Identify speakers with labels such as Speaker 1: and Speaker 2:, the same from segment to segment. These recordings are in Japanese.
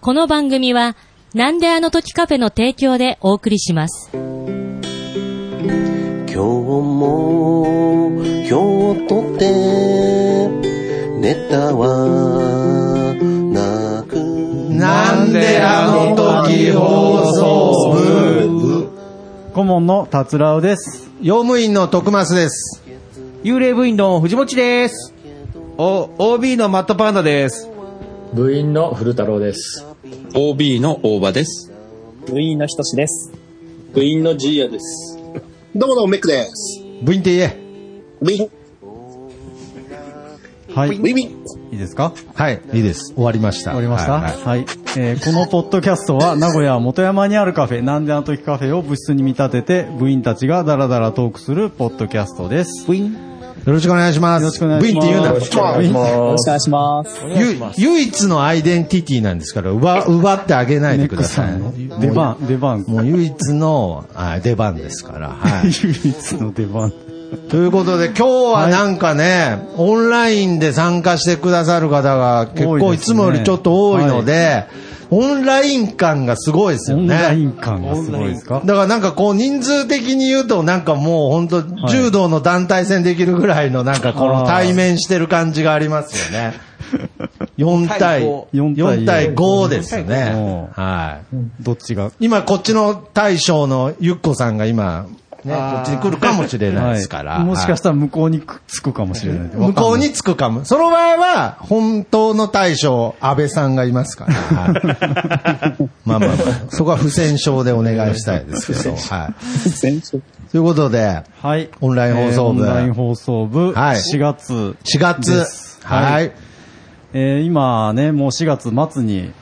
Speaker 1: この番組は、なんであの時カフェの提供でお送りします。
Speaker 2: 今日も今日とってネタはなく
Speaker 3: なんであの時放送部
Speaker 4: 顧問の達郎です。
Speaker 3: 用務員の徳増です。
Speaker 5: 幽霊部員の藤持です。
Speaker 3: お、OB のマットパンダです。
Speaker 6: 部員の古太郎です。
Speaker 7: OB の大場です。
Speaker 8: 部員のひとしです。
Speaker 7: 部員のジーヤです。
Speaker 9: どうもどうも、メックです。
Speaker 3: 部員って言え。
Speaker 9: ウィン、
Speaker 4: はい。
Speaker 9: ウィンウィン。
Speaker 4: いいですか
Speaker 3: はい、いいです。終わりました。
Speaker 4: 終わりました
Speaker 3: は
Speaker 4: は
Speaker 3: い
Speaker 4: い、えーこのポッドキャストは名古屋元山にあるカフェ、なんであの時カフェを部室に見立てて、部員たちがダラダラトークするポッドキャストです。部員
Speaker 3: よろしくお願いします。
Speaker 4: よろしくお願いします
Speaker 3: 部員って
Speaker 4: よろしくお願いし
Speaker 3: 言うな。
Speaker 8: よろしくお願いします。
Speaker 3: ゆ唯一のアイデンティティなんですから、奪、奪ってあげない
Speaker 4: ネ
Speaker 3: で
Speaker 4: ッ
Speaker 3: く
Speaker 4: ク
Speaker 3: だ
Speaker 4: さ
Speaker 3: さい。
Speaker 4: んの出番、出番。
Speaker 3: もう。もう唯一のあ出番ですから。は
Speaker 4: 唯
Speaker 3: い。
Speaker 4: 一の出番。
Speaker 3: ということで、今日はなんかね、オンラインで参加してくださる方が結
Speaker 4: 多いです
Speaker 3: 構
Speaker 4: ね
Speaker 3: いつもよりちょっと多いので、オンライン感がすごいです
Speaker 4: オ
Speaker 3: よ
Speaker 4: ン
Speaker 3: ね。
Speaker 4: ライン感がすごいですか
Speaker 3: だからなんかこう人数的に言うとなんかもう本当
Speaker 4: い
Speaker 3: 柔道の団体戦できるぐらいのなんかこの対面してる感じがありま すよね。4対、
Speaker 4: 四対五
Speaker 3: 4対5ですよね
Speaker 4: お。う
Speaker 3: はい。
Speaker 4: どっちが
Speaker 3: 今こっちの大将のゆっこさんが今、ね、こっちに来るかもしれないですから。
Speaker 4: もしかした
Speaker 3: ら。
Speaker 4: ら向こうにくっつくかもしれない。
Speaker 3: 向こうにつくかも。その場合は、本当の大将、安倍さんがいますから。はいまあまあまあ、そこは不戦勝でお願いしたいですけど。はい。
Speaker 8: 全勝
Speaker 3: ということで、
Speaker 4: はい。
Speaker 3: オンライン放送部
Speaker 4: えーオンライン放送部。
Speaker 3: はい
Speaker 4: 4月。
Speaker 3: 4月
Speaker 4: で。す
Speaker 3: は
Speaker 4: はい
Speaker 3: い。
Speaker 4: えー今ね、もう4月末に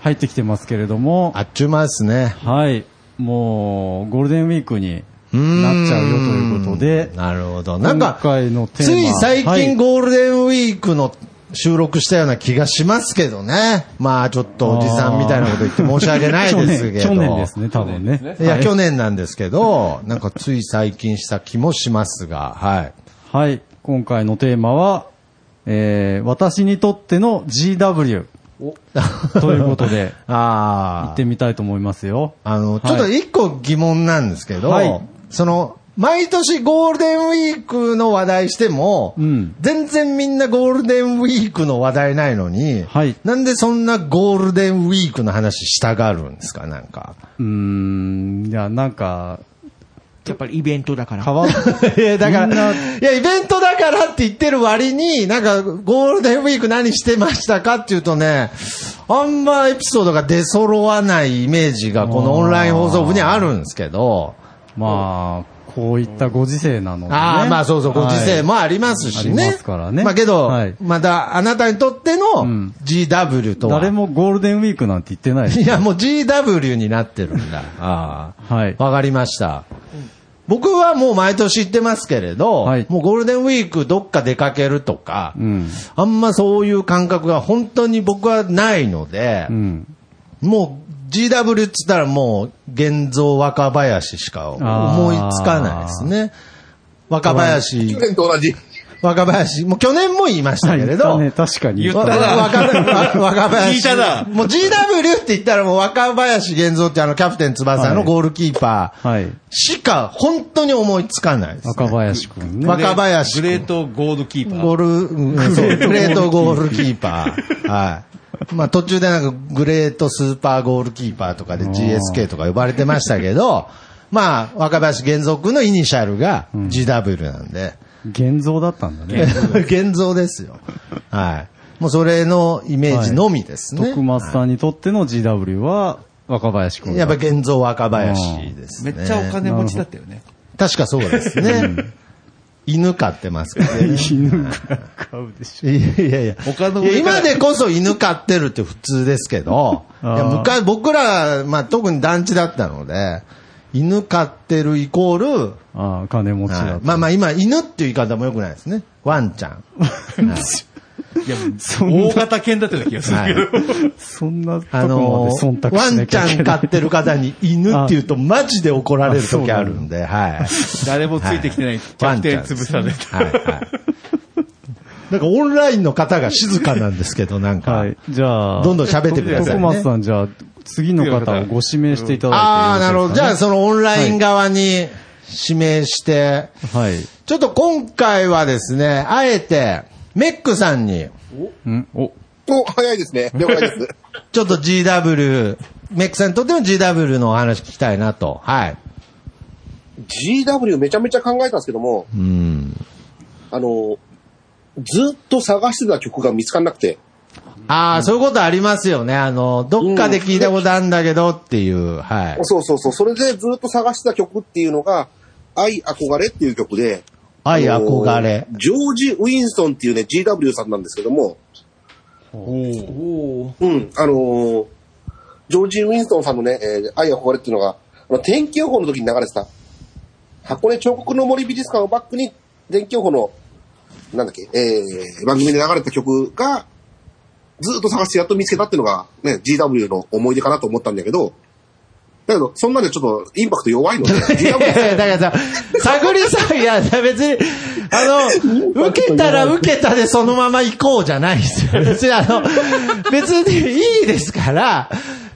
Speaker 4: 入ってきてますけれども
Speaker 3: あ。っちゅう間ですね。
Speaker 4: はい。もう、ゴールデンウィークに
Speaker 3: うーん
Speaker 4: なっちゃうよということで。
Speaker 3: なるほど。なんか
Speaker 4: 今、回のテーマ
Speaker 3: つい最
Speaker 4: はい
Speaker 3: 近ゴールデンウィークの収録したような気がしますけどね。まあちょっとおじさんみたいなこと言って申し訳ないですけど。
Speaker 4: 去年去年ですね、多分ね。
Speaker 3: いや、去年なんですけど、なんかつい最近した気もしますが、はい。
Speaker 4: はい。今回のテーマは、えー、私にとっての GW ということで、
Speaker 3: ああ。
Speaker 4: 行ってみたいと思いますよ。
Speaker 3: あの、
Speaker 4: はい
Speaker 3: ちょっと一個疑問なんですけど、
Speaker 4: はい
Speaker 3: その、毎年ゴールデンウィークの話題しても、
Speaker 4: うん
Speaker 3: 全然みんなゴールデンウィークの話題ないのに、
Speaker 4: はい
Speaker 3: なんでそんなゴールデンウィークの話したがるんですか、なんか。
Speaker 4: うーん、いや、なんか、
Speaker 5: やっぱりイベントだから。
Speaker 4: 変わっ
Speaker 3: いや、だか
Speaker 4: みん
Speaker 3: ら、
Speaker 4: ない
Speaker 3: や、イベントだからって言ってる割に、なんか、ゴールデンウィーク何してましたかっていうとね、あんまエピソードが出揃わないイメージが、このオンライン放送部にあるんですけど、
Speaker 4: まあ、こういったご時世なので、ね。
Speaker 3: ああ、まあそうそう、ご時世
Speaker 4: はい
Speaker 3: もありますしね。
Speaker 4: ありますからね
Speaker 3: まあけど、
Speaker 4: はい
Speaker 3: まだあなたにとって
Speaker 4: う
Speaker 3: の
Speaker 4: ん
Speaker 3: GW とは。
Speaker 4: 誰もゴールデンウィークなんて言ってない
Speaker 3: いや、もう GW になってるんだ。 ああ。
Speaker 4: はい。
Speaker 3: わかりました。僕はもう毎年行ってますけれど、
Speaker 4: はい
Speaker 3: もうゴールデンウィークどっか出かけるとか、
Speaker 4: うん。
Speaker 3: あんまそういう感覚が本当に僕はないので、
Speaker 4: うん。
Speaker 3: もう GW って言ったらもう現像若林しか思いつかないですね。若林
Speaker 9: 去年と同じ。
Speaker 3: 若林、もう去年も言いましたけれど、
Speaker 4: はい言ったね、確かに。
Speaker 3: わ若若若林。
Speaker 7: 聞いたな
Speaker 3: もう GW って言ったらもう若林玄三ってあのキャプテン翼のゴールキーパー
Speaker 4: はい。
Speaker 3: しか本当に思いつかないです、
Speaker 4: 若林くんね。
Speaker 3: 若林
Speaker 7: グレートゴールキーパー。
Speaker 3: ゴール、うんそうグレートゴールキーパー。はい。まあ途中でなんかグレートスーパーゴールキーパーとかで GSK とか呼ばれてましたけど、まあ若林玄三君のイニシャルが GW なんで、
Speaker 4: 現像だったんだ ね。
Speaker 3: 玄三ですよ。はい。もうそれのイメージのみですね。
Speaker 4: 徳松さんにとっての GW は若林くんだ。
Speaker 3: やっぱ現像若林です
Speaker 5: め
Speaker 3: ね。
Speaker 5: っちゃお金持ちだったよね。
Speaker 3: 確かそうですね。犬飼ってますからね。
Speaker 4: 犬が買うでし
Speaker 3: い やいやいや。
Speaker 5: 他の
Speaker 3: いや今でこそ犬飼ってるって普通ですけど、い
Speaker 4: あー
Speaker 3: や昔僕ら、まあ特に団地だったので、犬飼ってるイコール、
Speaker 4: ょ。ああ、金持ちだ
Speaker 3: は
Speaker 4: った。
Speaker 3: いまあまあ今犬っていう言い方も良くないですね。ワンちゃ ん。
Speaker 7: いや、大型犬だったような気がする
Speaker 3: は
Speaker 7: け
Speaker 3: い
Speaker 7: ど。
Speaker 4: そんなとこ
Speaker 3: あの
Speaker 4: まで
Speaker 3: ー
Speaker 4: 忖度
Speaker 3: ワ
Speaker 4: しな
Speaker 3: ン
Speaker 4: き
Speaker 3: ち
Speaker 4: ゃ
Speaker 3: ゃ
Speaker 4: いけな
Speaker 3: ん飼
Speaker 4: い。
Speaker 3: ってる方に犬って言うとマジで怒られる時あるんで、はい。
Speaker 7: 誰もついてきてない。キャプテン潰され
Speaker 3: はいはい。なんかオンラインの方が静かなんですけど、なんか。
Speaker 4: はい。じゃあ、
Speaker 3: どんどん喋ってください
Speaker 4: 徳
Speaker 3: ね
Speaker 4: 松さん、じゃあ、次の方をご指名していただいてよろしいですかね。
Speaker 3: ああ、なるほど。じゃあ、そのオンライン側に指名して、
Speaker 4: はい。
Speaker 3: ちょっと今回はですね、あえて、メックさんに、
Speaker 4: んお、
Speaker 9: お、早いですね。了解です。
Speaker 3: ちょっと GW、メックさんにとっても GW のお話聞きたいなと。はい。
Speaker 9: GW めちゃめちゃ考えたんですけども、
Speaker 3: うん。
Speaker 9: あの、ずっと探してた曲が見つからなくて、
Speaker 3: ああ、そういうことありますよね。あの、どっかで聞いたことあるんだけどっていう、はい。
Speaker 9: そうそうそう、それでずっと探してた曲っていうのが、愛憧れっていう曲で、
Speaker 3: 愛
Speaker 9: あの
Speaker 3: 憧れ。
Speaker 9: ジョージ・ウィンソンっていうね、GW さんなんですけども、うん、あのージョージ・ウィンストンさんのね、えー愛憧れっていうのが、あの、天気予報の時に流れてた、箱根彫刻の森美術館をバックに、天気予報の、なんだっけ、えー、番組で流れた曲が、ずっと探してやっと見つけたっていうのが、ね、GW の思い出かなと思ったんだけど、だけど、そんなんでちょっとインパクト弱い ので、
Speaker 3: いや
Speaker 9: GW
Speaker 3: いやだからさ、探りさん、いや、別に、 あの、受けたら受けたでそのまま行こうじゃないですよ。別にあの、別にいいですから、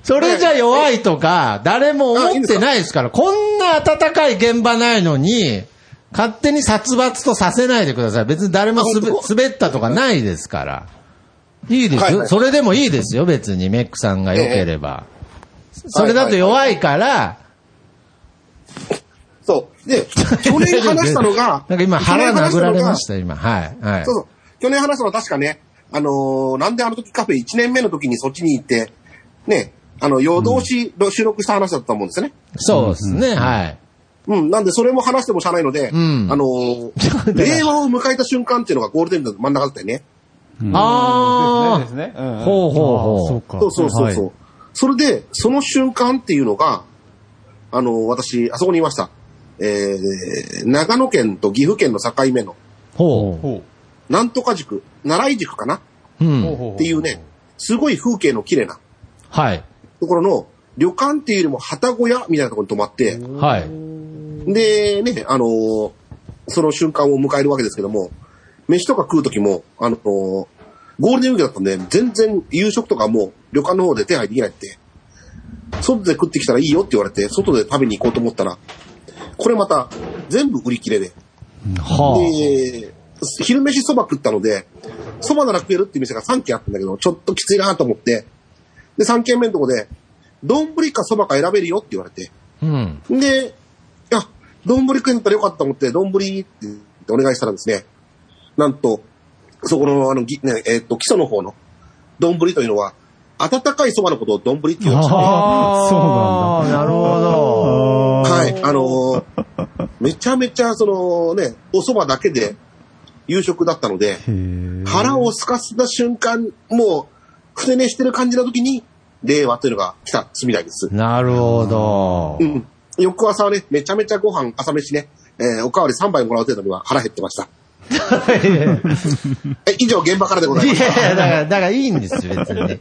Speaker 3: それじゃ弱いとか、誰も思ってないですから、こんな暖かい現場ないのに、勝手に殺伐とさせないでください。別に誰もすべ滑ったとかないですから。いいですよ。
Speaker 9: はいはい
Speaker 3: それでもいいですよ、別に。メックさんが良ければ。それだと弱いから、
Speaker 9: そう。で、去年話したのが。
Speaker 3: 、なんか今腹殴られましたた、今。はい。はい。
Speaker 9: そうそう。去年話したのは確かね、あのーなんであの時カフェ1年目の時にそっちに行って、ね、あの、夜通しの収録した話だったと思うんですよね。
Speaker 3: そうですね、はい。
Speaker 9: うん、なんでそれも話してもしゃあないので、
Speaker 3: ん
Speaker 9: あのー令和を迎えた瞬間っていうのがゴールデンの真ん中だったよね。
Speaker 3: あ
Speaker 7: ですね。う
Speaker 3: あ、
Speaker 7: んうん
Speaker 3: ほ
Speaker 4: あ
Speaker 3: うほう
Speaker 4: ー
Speaker 3: ほ
Speaker 4: そう
Speaker 3: う。
Speaker 4: か。
Speaker 9: そうそうそうそう、
Speaker 4: はい
Speaker 9: それで、その瞬間っていうのが、あのー私、あそこにいました。えー、長野県と岐阜県の境目の、
Speaker 3: ほ
Speaker 7: ほ
Speaker 9: なんとか塾、奈良井塾かな
Speaker 3: う。
Speaker 7: う
Speaker 3: う。
Speaker 7: ほうんほう。
Speaker 9: っていうね、すごい風景の綺麗な
Speaker 3: はい。
Speaker 9: ところの、旅館っていうよりも旗小屋みたいなところに泊まって、
Speaker 3: はい。
Speaker 9: で、ね、あのーその瞬間を迎えるわけですけども、飯とか食う時も、あのーゴールデンウィークだったんで、全然夕食とかもう旅館の方で手配できないって、外で食ってきたらいいよって言われて、外で食べに行こうと思ったら、これまた全部売り切れで、
Speaker 3: は
Speaker 9: で、昼飯そば食ったので、そばなら食えるっていう店が3軒あったんだけど、ちょっときついなと思って、で、3軒目のとこで、丼かそばか選べるよって言われて、
Speaker 3: あ。うん。
Speaker 9: で、あ、丼食いに行ったらよかったと思って、丼ってお願いしたらですね、なんと、そこの、あの、ぎね、えっ、と、基礎の方の、丼というのは、温かいそばのことを丼って言うんですよ。
Speaker 4: あーそうなんだ。
Speaker 3: なるほど。
Speaker 9: はい、あのーめちゃめちゃ、そのね、お蕎麦だけで夕食だったので、
Speaker 4: へえ。
Speaker 9: 腹をすかせた瞬間、もう、くせ寝してる感じの時に、令和というのが来たみたいです。
Speaker 3: なるほど
Speaker 9: う。ん。翌朝はね、めちゃめちゃご飯、朝飯ね、えーおかわり3杯もらう程度には腹減って ました。え、以上、現場からでござい
Speaker 3: い
Speaker 9: ます。
Speaker 3: やいや、だから、だからいいんですよ、別に。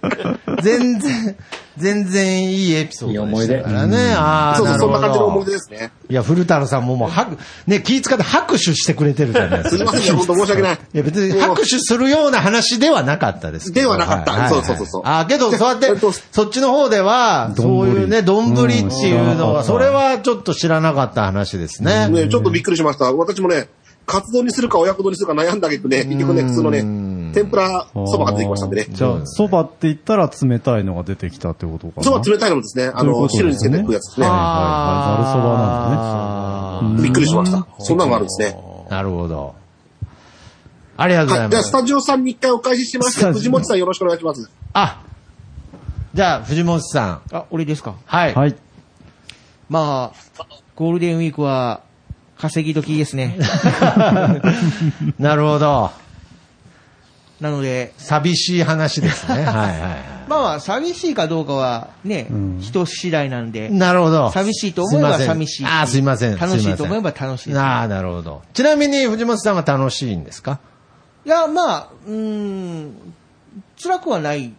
Speaker 3: 全然、全然いいエピソードでしたからね。ああ、
Speaker 9: そうそう、そ
Speaker 3: なる
Speaker 9: ん
Speaker 3: ほ
Speaker 9: な感
Speaker 3: ど
Speaker 9: じの思い出ですね。
Speaker 3: いや、古太郎さんももう、拍、ね、気使って拍手してくれてるじゃないで すす
Speaker 9: み
Speaker 3: か。
Speaker 9: ませんね、本当申し訳ない。
Speaker 3: いや、別に拍手するような話ではなかったですけど
Speaker 9: ではなかった
Speaker 3: いいい
Speaker 9: そうそうそうそう
Speaker 3: ああ、けど、そうやって
Speaker 9: えっと、
Speaker 3: そっちの方では、そういうね、丼っていうのは、それはちょっと知らなかった話ですね。
Speaker 9: ね、ちょっとびっくりしました。私もね、カツ丼にするか親子丼にするか悩んだけどね、結局ね、普通の
Speaker 3: うん
Speaker 9: ね、天ぷらそばが出てきましたんでね。
Speaker 4: じゃあ、蕎麦って言ったら冷たいのが出てきたってことかな。
Speaker 9: そば冷たいのもですね、あ
Speaker 4: そういうこ
Speaker 9: の、
Speaker 4: とですね
Speaker 9: 汁につけて食うやつですね。
Speaker 4: はいはい。ざるそば
Speaker 3: あ
Speaker 4: なんだね。
Speaker 9: びっくりしました。そんなのがあるんですね。
Speaker 3: ーなるほど。ありがとうござ
Speaker 9: はいい。じゃ
Speaker 3: ま
Speaker 9: あ、
Speaker 3: す
Speaker 9: ス。タジオさんに一回お返ししまし
Speaker 4: スタ
Speaker 9: て、
Speaker 4: ジオ
Speaker 9: 藤本さんよろしくお願いします。
Speaker 3: あ、じゃあ、藤本さん。
Speaker 5: あ、俺ですか。
Speaker 3: はい。
Speaker 4: はい。はい。
Speaker 5: まあ、ゴールデンウィークは、稼ぎ時です ね。
Speaker 3: なるほど。
Speaker 5: なので、
Speaker 3: 寂しい話です ね。はいはいは
Speaker 5: まあまあ、寂しいかどうかは、ね、
Speaker 4: うん
Speaker 5: 人次第なんで
Speaker 3: い。、なるほど。
Speaker 5: 寂しいと思えば寂しい
Speaker 3: ああー、すいません。
Speaker 5: 楽し
Speaker 3: すま
Speaker 5: い
Speaker 3: せ
Speaker 5: と
Speaker 3: ん
Speaker 5: 思えば楽しい。
Speaker 3: ああ、なるほど。ちなみに藤本さんは楽しいんで すか
Speaker 5: いや、まあ、うーん、辛くはない。
Speaker 3: い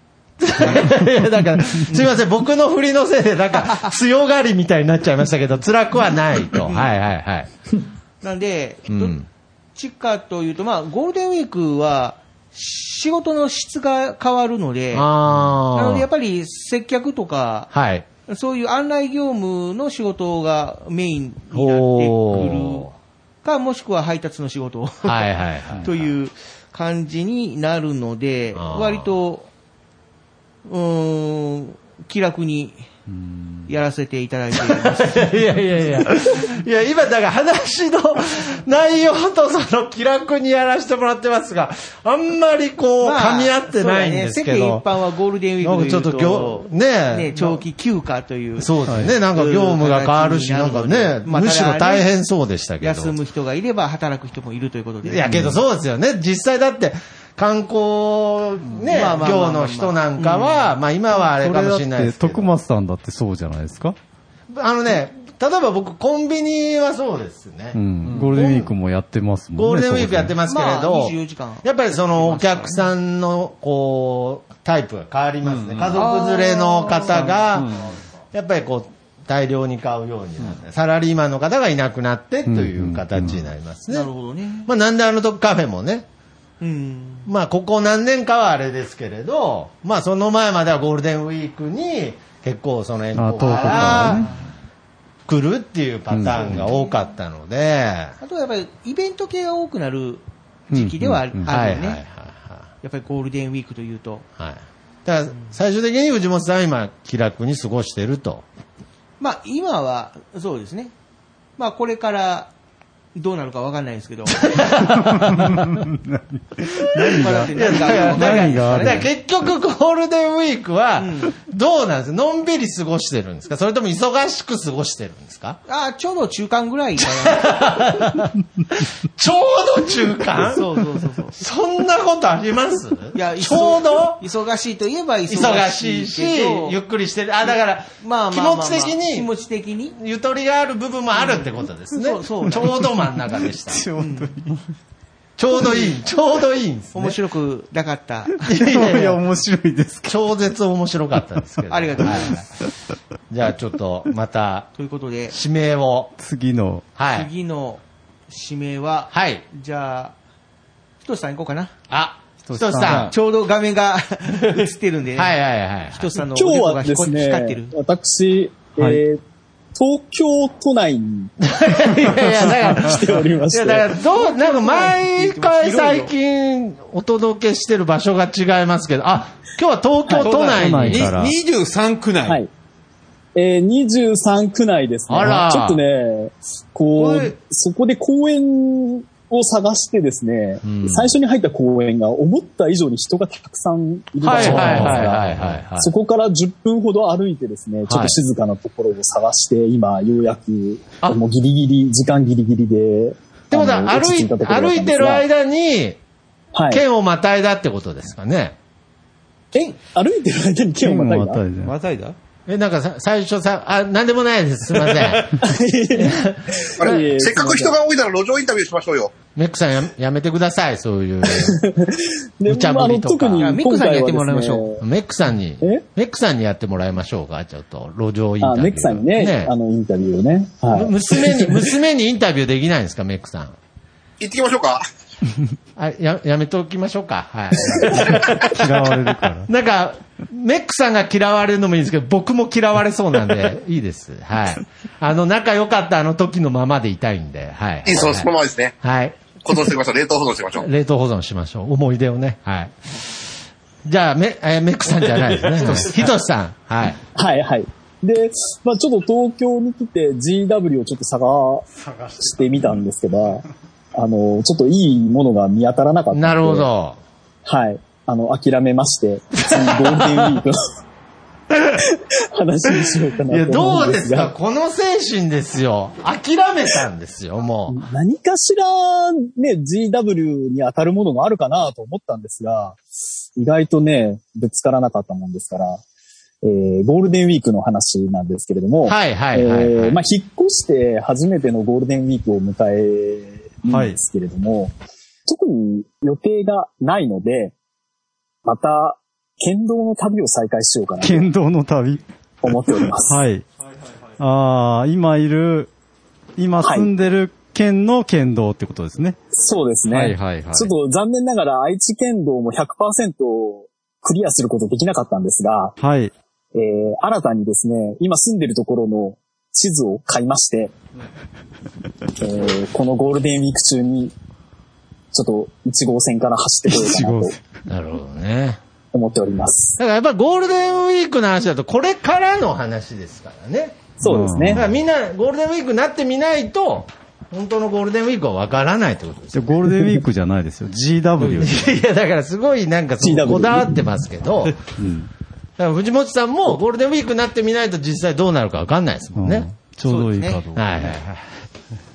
Speaker 3: や、だから、 すいません。僕の振りのせいで、なんか、強がりみたいになっちゃいましたけど、辛くはないと。はいはいはい。
Speaker 5: なんで、
Speaker 3: うん
Speaker 5: どっちかというと、まあ、ゴールデンウィークは、仕事の質が変わるので、な
Speaker 3: あ
Speaker 5: のでやっ
Speaker 3: あ。
Speaker 5: ぱり接客とか、
Speaker 3: はい。
Speaker 5: そういう案内業務の仕事がメインになってく
Speaker 3: お
Speaker 5: るか、もしくは配達の仕事
Speaker 3: ー。はいはいはい。
Speaker 5: という感じになるので、
Speaker 3: あー
Speaker 5: 割と、うーん、気楽にやらせていただいています。
Speaker 3: いやいやいや。いや、今、だから話の内容とその気楽にやらせてもらってますが、あんまりこう、
Speaker 5: まあ
Speaker 3: 噛み合ってないんですけ
Speaker 5: そうだね
Speaker 3: ど
Speaker 5: 世。間一般はゴールデンウィークという
Speaker 3: なんかちょっと業ねえ
Speaker 5: 長期休暇という。
Speaker 3: そうですね。なんか業務が変わるし、なんかね、
Speaker 5: まあ
Speaker 3: むしろ大変そうでしたけ
Speaker 5: 休
Speaker 3: ど。
Speaker 5: む人がいれば働く人もいるということで。
Speaker 3: いや、けどそうですよね。実際だって、観光ね
Speaker 5: まあまあまあま、あ
Speaker 3: 業の人なんかは、まあ今はあれかもしれないですけ
Speaker 4: 徳
Speaker 3: ど。
Speaker 4: 松さんだってそうじゃないですか、
Speaker 3: あのね、例えば僕、コンビニはそうですね。
Speaker 4: うん、ゴールデンウィークもやってますもんね。
Speaker 3: ゴールデンウィークやって
Speaker 4: ま
Speaker 3: ますけれ
Speaker 5: まあ
Speaker 3: ど
Speaker 5: 24時間、
Speaker 3: やっぱりそのお客さんのこう、タイプが変わりますね。家族連れの方が、やっぱりこう、大量に買うようになって、サラリーマンの方がいなくなってという形になりますね
Speaker 5: な。るほどね。
Speaker 3: まあなんであの時カフェもね、
Speaker 5: うん。
Speaker 3: まあここ何年かはあれですけれど、まあその前まではゴールデンウィークに結構その遠
Speaker 4: あ
Speaker 3: 方か
Speaker 4: 遠くから
Speaker 3: ら
Speaker 4: ね
Speaker 3: 来るっていうパターンが多かったので、
Speaker 5: あとはやっぱりイベント系が多くなる時期ではある
Speaker 4: うんうんうん
Speaker 5: あ
Speaker 3: は
Speaker 5: る
Speaker 3: い
Speaker 5: よ
Speaker 3: はいはい
Speaker 5: ね。
Speaker 3: は
Speaker 5: や
Speaker 3: い。
Speaker 5: っぱりゴールデンウィークというと。
Speaker 3: はい。だから、最終的に藤本さんは今、気楽に過ごしてると。
Speaker 5: まあ今は、そうですね。まあこれから、どうなるかわかんないですけ ど。何が何がわかんない
Speaker 4: 何があ
Speaker 3: だ
Speaker 4: る
Speaker 3: から結局、ゴールデンウィークは
Speaker 5: うん、
Speaker 3: どうなんですかのんびり過ごしてるんですかそれとも忙しく過ごしてるんですか
Speaker 5: ああ、ちょうど中間ぐらいか
Speaker 3: ちょうど中
Speaker 5: な。
Speaker 3: 間
Speaker 5: そうそうそうそう。
Speaker 3: そんなことあります
Speaker 5: いや、
Speaker 3: ちょうど
Speaker 5: 忙しいといえば忙しいけど。
Speaker 3: 忙しいし、ゆっくりしてる。あ、だから、
Speaker 5: まあ
Speaker 3: 気
Speaker 5: まあまあ
Speaker 3: 持
Speaker 5: まあ
Speaker 3: ち的
Speaker 5: 気
Speaker 3: に
Speaker 5: 持、ち的に。
Speaker 3: ゆとりがある部分もあるってことですね。
Speaker 5: うんそうそう
Speaker 3: ちょうど真ん中で した。ちょうどいい。ちょうどいい。ちょうどいいんですね。
Speaker 5: 面白くなかった。
Speaker 3: いやいやい
Speaker 4: いや、
Speaker 3: や
Speaker 4: 面白いですけ
Speaker 3: 超絶面白かったですけど。。
Speaker 5: ありがとうございます
Speaker 3: じゃあちょっと、また、
Speaker 5: ということで、
Speaker 3: 指名を。
Speaker 4: ど。次の、
Speaker 3: はい。
Speaker 5: 次の指名は、
Speaker 3: はい。
Speaker 5: じゃあ、ひとしさん行こうかな。
Speaker 3: あ、ひと
Speaker 4: し
Speaker 3: しさ
Speaker 4: さん
Speaker 3: ん。
Speaker 5: ちょうど画面 が映ってるんで、
Speaker 3: はいはいはい。
Speaker 5: ひとしさんのお
Speaker 8: 今
Speaker 5: で
Speaker 8: 日
Speaker 5: こが
Speaker 8: は
Speaker 5: ひ
Speaker 8: で
Speaker 5: こ
Speaker 8: す
Speaker 5: 光ってる
Speaker 8: ね。、私、えー東京都内に
Speaker 3: いやいや、だから、
Speaker 8: 来ておりま
Speaker 3: い
Speaker 8: し
Speaker 3: や
Speaker 8: て、
Speaker 3: だからどう、なんか毎回最近お届けしてる場所が違いますけど、あ、今日は東京都内
Speaker 4: はい
Speaker 3: に。
Speaker 4: 都内から
Speaker 7: 23区内。
Speaker 8: はい。えー、23区内ですね。
Speaker 3: あら
Speaker 8: ちょっとね、こ、
Speaker 3: おいう
Speaker 8: そこで公園を探してですね、
Speaker 3: うん
Speaker 8: 最初に入った公園が思った以上に人がたくさんいる場
Speaker 3: はい
Speaker 8: 所
Speaker 3: はい
Speaker 8: なん
Speaker 3: は
Speaker 8: です
Speaker 3: い
Speaker 8: が、
Speaker 3: はいはいはい。
Speaker 8: そこから10分ほど歩いてですね、ちょっと静かなところを探して、今、ようやく、
Speaker 3: あ
Speaker 8: もうギリギリ、時間ギリギリで。
Speaker 3: ってこと
Speaker 8: あの
Speaker 3: は、
Speaker 8: 落
Speaker 3: 歩
Speaker 8: ち着
Speaker 3: い
Speaker 8: たところだった
Speaker 3: 歩
Speaker 8: んですが
Speaker 3: いてる間に、
Speaker 8: はい。
Speaker 3: 県をまたいだってことですかね。
Speaker 8: え、歩いてる間に剣を
Speaker 4: 剣を
Speaker 8: また
Speaker 4: ま
Speaker 8: いだ
Speaker 4: たいで。
Speaker 5: またいだ
Speaker 3: え、なんかさ、最初さ、あ、なんでもないです。すいません。
Speaker 9: あ
Speaker 8: いえい
Speaker 9: れ、
Speaker 8: え
Speaker 9: せっかく人が多いなら路上インタビューしましょうよ。
Speaker 3: メックさんややめてください、そういう。
Speaker 8: で
Speaker 3: 無茶ぶりとか
Speaker 8: まああの特に
Speaker 5: いやミック
Speaker 8: 今
Speaker 5: さん
Speaker 8: 回
Speaker 5: にやっ
Speaker 8: は
Speaker 5: てもらいま
Speaker 8: で
Speaker 5: し
Speaker 8: す
Speaker 5: ょ
Speaker 8: ね、
Speaker 3: メックさんに、
Speaker 8: え
Speaker 3: メックさんにやってもらいましょうか、ちょっと、路上インタ
Speaker 8: あ、
Speaker 3: ビュー。
Speaker 8: メックさんにね、あの、インタビューをね。はい。
Speaker 3: 娘に、娘にインタビューできないんですか、メックさん。
Speaker 9: 行ってきましょうか。
Speaker 3: あや、やめておきましょうか。はい。
Speaker 4: 嫌われるから。
Speaker 3: なんか、メックさんが嫌われるのもいいんですけど、僕も嫌われそうなんで、いいです。はい。あの、仲良かったあの時のままでいたいんで、はい。
Speaker 9: いい、そのそのままですね。
Speaker 3: はい。
Speaker 9: 保存してきましょう。冷凍保存してきましょう。
Speaker 3: 冷凍保存しましょう。思い出をね。はい。じゃあ、メ、えーメックさんじゃない ですね。ひとしさん。はい。
Speaker 8: はい、はい。で、まあちょっと東京に来て GW をちょっと探してみたんですけど、あの、ちょっといいものが見当たらなかった。
Speaker 3: なるほ。ど。
Speaker 8: はい。あの、諦めまして、次ゴールデンウィークの 話にしようか
Speaker 3: いや、
Speaker 8: なと思
Speaker 3: ど
Speaker 8: うん
Speaker 3: う
Speaker 8: で
Speaker 3: ですすか
Speaker 8: が、
Speaker 3: この精神ですよ。諦めたんですよ、もう。
Speaker 8: 何かしらね、GW に当たるものがあるかなと思ったんですが、意外とね、ぶつからなかったもんですから、えー、ゴールデンウィークの話なんですけれども、
Speaker 3: はいはいはい、は
Speaker 8: え
Speaker 3: い
Speaker 8: ーまあ、引っ越して初めてのゴールデンウィークを迎えるんですけれども、特に予定がないので、また、剣道の旅を再開しようかなと
Speaker 4: 剣道の旅。
Speaker 8: 思っております。
Speaker 4: はい。ああ、今いる、今住んでる県の県道ってことですね。
Speaker 8: そうですね。
Speaker 4: はいはいはい
Speaker 8: ちょっと残念ながら愛知県道も100%クリアすることできなかったんですが、
Speaker 4: はい。
Speaker 8: えー、新たにですね、今住んでるところの地図を買い まして、えー、このゴールデンウィーク中に、ちょっと1号線から走ってこようかなと
Speaker 3: なるほどね。
Speaker 8: 思っております。
Speaker 3: だからやっぱゴールデンウィークの話だと、これからの話ですからね。
Speaker 8: そうです
Speaker 3: だか
Speaker 8: ね。
Speaker 3: らみんな、ゴールデンウィークになってみないと、本当のゴールデンウィークはわからないってことです
Speaker 4: じゃあゴールデンウィー クじゃないですよ。GW。
Speaker 3: いや、だからすごいなんかそ
Speaker 8: GW
Speaker 3: こだわってますけど、だか
Speaker 4: うん
Speaker 3: ら藤本さんもゴールデンウィークになってみないと実際どうなるかわかんないですもん
Speaker 4: うん
Speaker 3: ね。
Speaker 4: ちょうどいいかどうか。
Speaker 3: はいはいはい。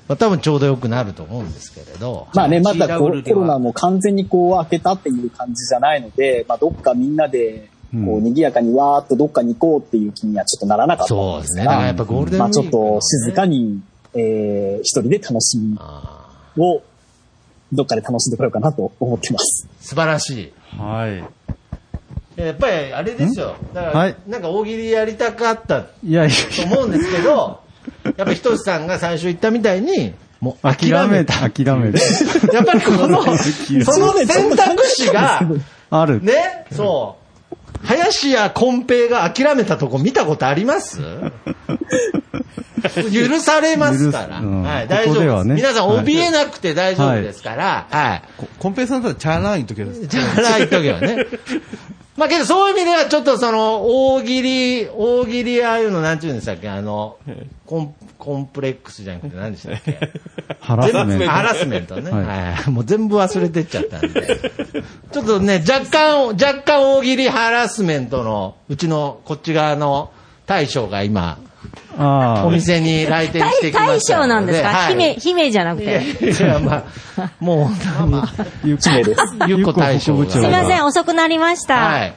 Speaker 3: まあ多分ちょうどよくなると思うんですけれど。
Speaker 8: まあね、まだコ
Speaker 5: GW
Speaker 8: ロ
Speaker 5: で
Speaker 8: コ
Speaker 5: は
Speaker 8: ロナも完全にこう開けたっていう感じじゃないので、まあどっかみんなで、
Speaker 4: う
Speaker 8: こうん賑やかにわーっとどっかに行こうっていう気にはちょっとならなかった
Speaker 3: そうんで
Speaker 8: ですす
Speaker 3: ね。
Speaker 8: が。
Speaker 3: だからやっぱゴールデンウィ
Speaker 8: ま
Speaker 3: ー
Speaker 8: あ
Speaker 3: ク、
Speaker 8: ちょっと静かに、えー、一人で楽しみ、
Speaker 3: あ
Speaker 8: をどっかで楽しんでこようかなと思ってます。
Speaker 3: ー素晴らしい。
Speaker 4: はい。
Speaker 3: やっぱりあれですよ。だか
Speaker 4: は
Speaker 3: ら
Speaker 4: い、
Speaker 3: なんか大喜利やりたかった
Speaker 4: いやいや
Speaker 3: と思うんですけど、やっぱひとしさんが最初言ったみたいに、もう諦
Speaker 4: 諦
Speaker 3: め
Speaker 4: め
Speaker 3: た。
Speaker 4: た。諦めた。
Speaker 3: やっぱりこ の、その選択肢が、
Speaker 4: ある。
Speaker 3: ね、そう。林家こん平が諦めたとこ見たことあります 許されますから。
Speaker 4: 許すうんこ
Speaker 3: はい、
Speaker 4: こ
Speaker 3: 大丈夫
Speaker 4: で
Speaker 3: で
Speaker 4: は
Speaker 3: す。
Speaker 4: ね
Speaker 3: 皆さん怯えなくて大丈夫ですから、はい。
Speaker 7: こコンペイさんだったらチャラい時です。
Speaker 3: じゃあ、言っとけ ばね。まあけど、そういう意味では、ちょっとその、大喜利、大喜利、ああいうの、なんちゅうんでしたっけ、あの、コン、コンプレックスじゃなくて、何でしたっけ。
Speaker 4: ハラスメント。
Speaker 3: ハラスメントね。
Speaker 4: はい
Speaker 3: はい。もう全部忘れてっちゃったんで。 ちょっとね、若干、若干大喜利ハラスメントの、うちのこっち側の大将が今、
Speaker 4: あ
Speaker 3: お
Speaker 4: あ。
Speaker 3: 店に来店して
Speaker 1: 大
Speaker 3: きま
Speaker 1: 大
Speaker 3: した
Speaker 1: 将なんですか、
Speaker 3: はい
Speaker 1: 姫、姫じゃなく
Speaker 3: いや
Speaker 1: て。
Speaker 3: いや、まあ、もう本当に、
Speaker 4: ゆっこ
Speaker 3: ゆっこ大将が
Speaker 4: ゆっこ副部長
Speaker 1: すい
Speaker 4: が
Speaker 1: ません、遅くなりました。
Speaker 3: はい。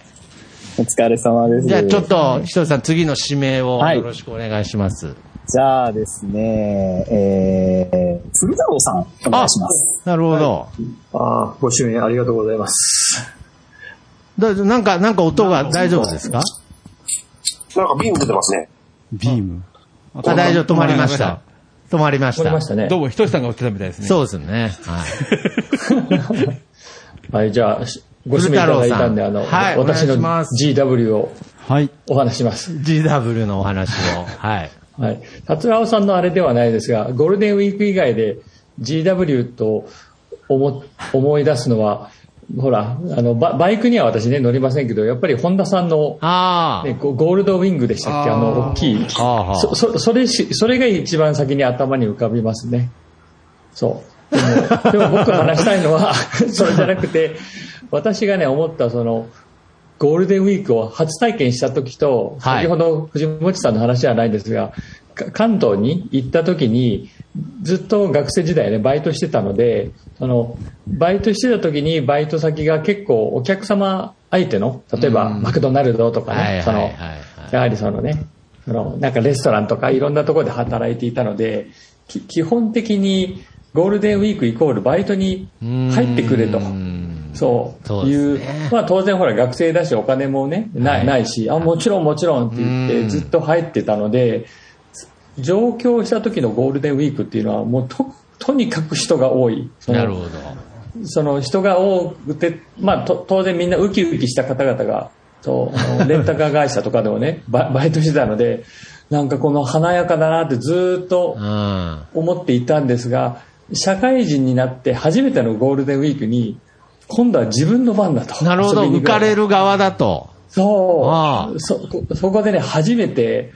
Speaker 8: お疲れ様です。
Speaker 3: じゃあちょっと、ひとりさん、次の指名を
Speaker 8: はい
Speaker 3: よろしくお願いします。
Speaker 8: じゃあですね、えー、鶴太郎さん、お願いします。
Speaker 3: なるほど。
Speaker 6: ああ、ご支援ありがとうございます。
Speaker 3: だなんか、なんか音が大丈夫ですか
Speaker 9: なんかビーム出てますね。
Speaker 4: ビーム。
Speaker 3: あ大丈夫、止まりました。止まりまし
Speaker 6: 終わり
Speaker 3: た
Speaker 6: ま。したね
Speaker 7: ど。うも、ひとしさんが売ってたみたいですね。
Speaker 3: そうですね。は
Speaker 6: は
Speaker 3: い。
Speaker 6: い、じゃあ、しご指名いただいたんで、あ
Speaker 3: 古
Speaker 6: の、
Speaker 3: 太郎さんは
Speaker 6: 私
Speaker 3: い
Speaker 6: の
Speaker 3: お願いします
Speaker 6: GW を
Speaker 4: はい。
Speaker 6: お話しします。
Speaker 3: GW のお話 を。はい。
Speaker 6: はい。達郎さんのあれではないですが、ゴールデンウィーク以外で GW と思思い出すのは、ほら、あのバ、バイクには私ね、乗りませんけど、やっぱりホンダさんの、
Speaker 3: ああ
Speaker 6: ね、。ゴゴールドウィングでしたっけあの、大きい。
Speaker 3: ああはあ
Speaker 6: そ、そ、それし、それが一番先に頭に浮かびますね。そう。でも、でも僕が話したいの は、それじゃなくて、私がね、思ったその、ゴールデンウィークを初体験した時と、
Speaker 3: はい
Speaker 6: 先ほど藤本さんの話じゃないですが、か関東に行った時に、ずっと学生時代ね、バイトしてたので、その、バイトしてた時に、バイト先が結構お客様相手の、例えばマクドナルドとかね、
Speaker 3: はい
Speaker 6: そ
Speaker 3: はい
Speaker 6: の
Speaker 3: はいはい、
Speaker 6: やはりそのね、そのなんかレストランとかいろんなところで働いていたので、き基本的にゴールデンウィークイコールバイトに入ってくれと
Speaker 3: うー。ん
Speaker 6: そう
Speaker 3: そうです
Speaker 6: いう
Speaker 3: ね
Speaker 6: まあ当然ほら学生だしお金もね、な
Speaker 3: はい
Speaker 6: いないし、あ、もちろんもちろんって言っ
Speaker 3: うん
Speaker 6: てずっと入ってたので、上京した時のゴールデンウィークっていうのはもうと、とにかく人が多い。その
Speaker 3: なるほど。
Speaker 6: その人が多くて、まあ、と当然みんなウキウキした方々がそうあのレンタカー会社とかでもね ババイトしてたのでなんかこの華やかだなってずーっと
Speaker 3: うん。
Speaker 6: 思っていたんですが社会人になって初めてのゴールデンウィークに今度は自分の番だと
Speaker 3: なるほど。
Speaker 6: 遊びに
Speaker 3: 浮
Speaker 6: 行く
Speaker 3: かれる側だと。あ
Speaker 6: そ
Speaker 3: あ
Speaker 6: うそこそこでね初めて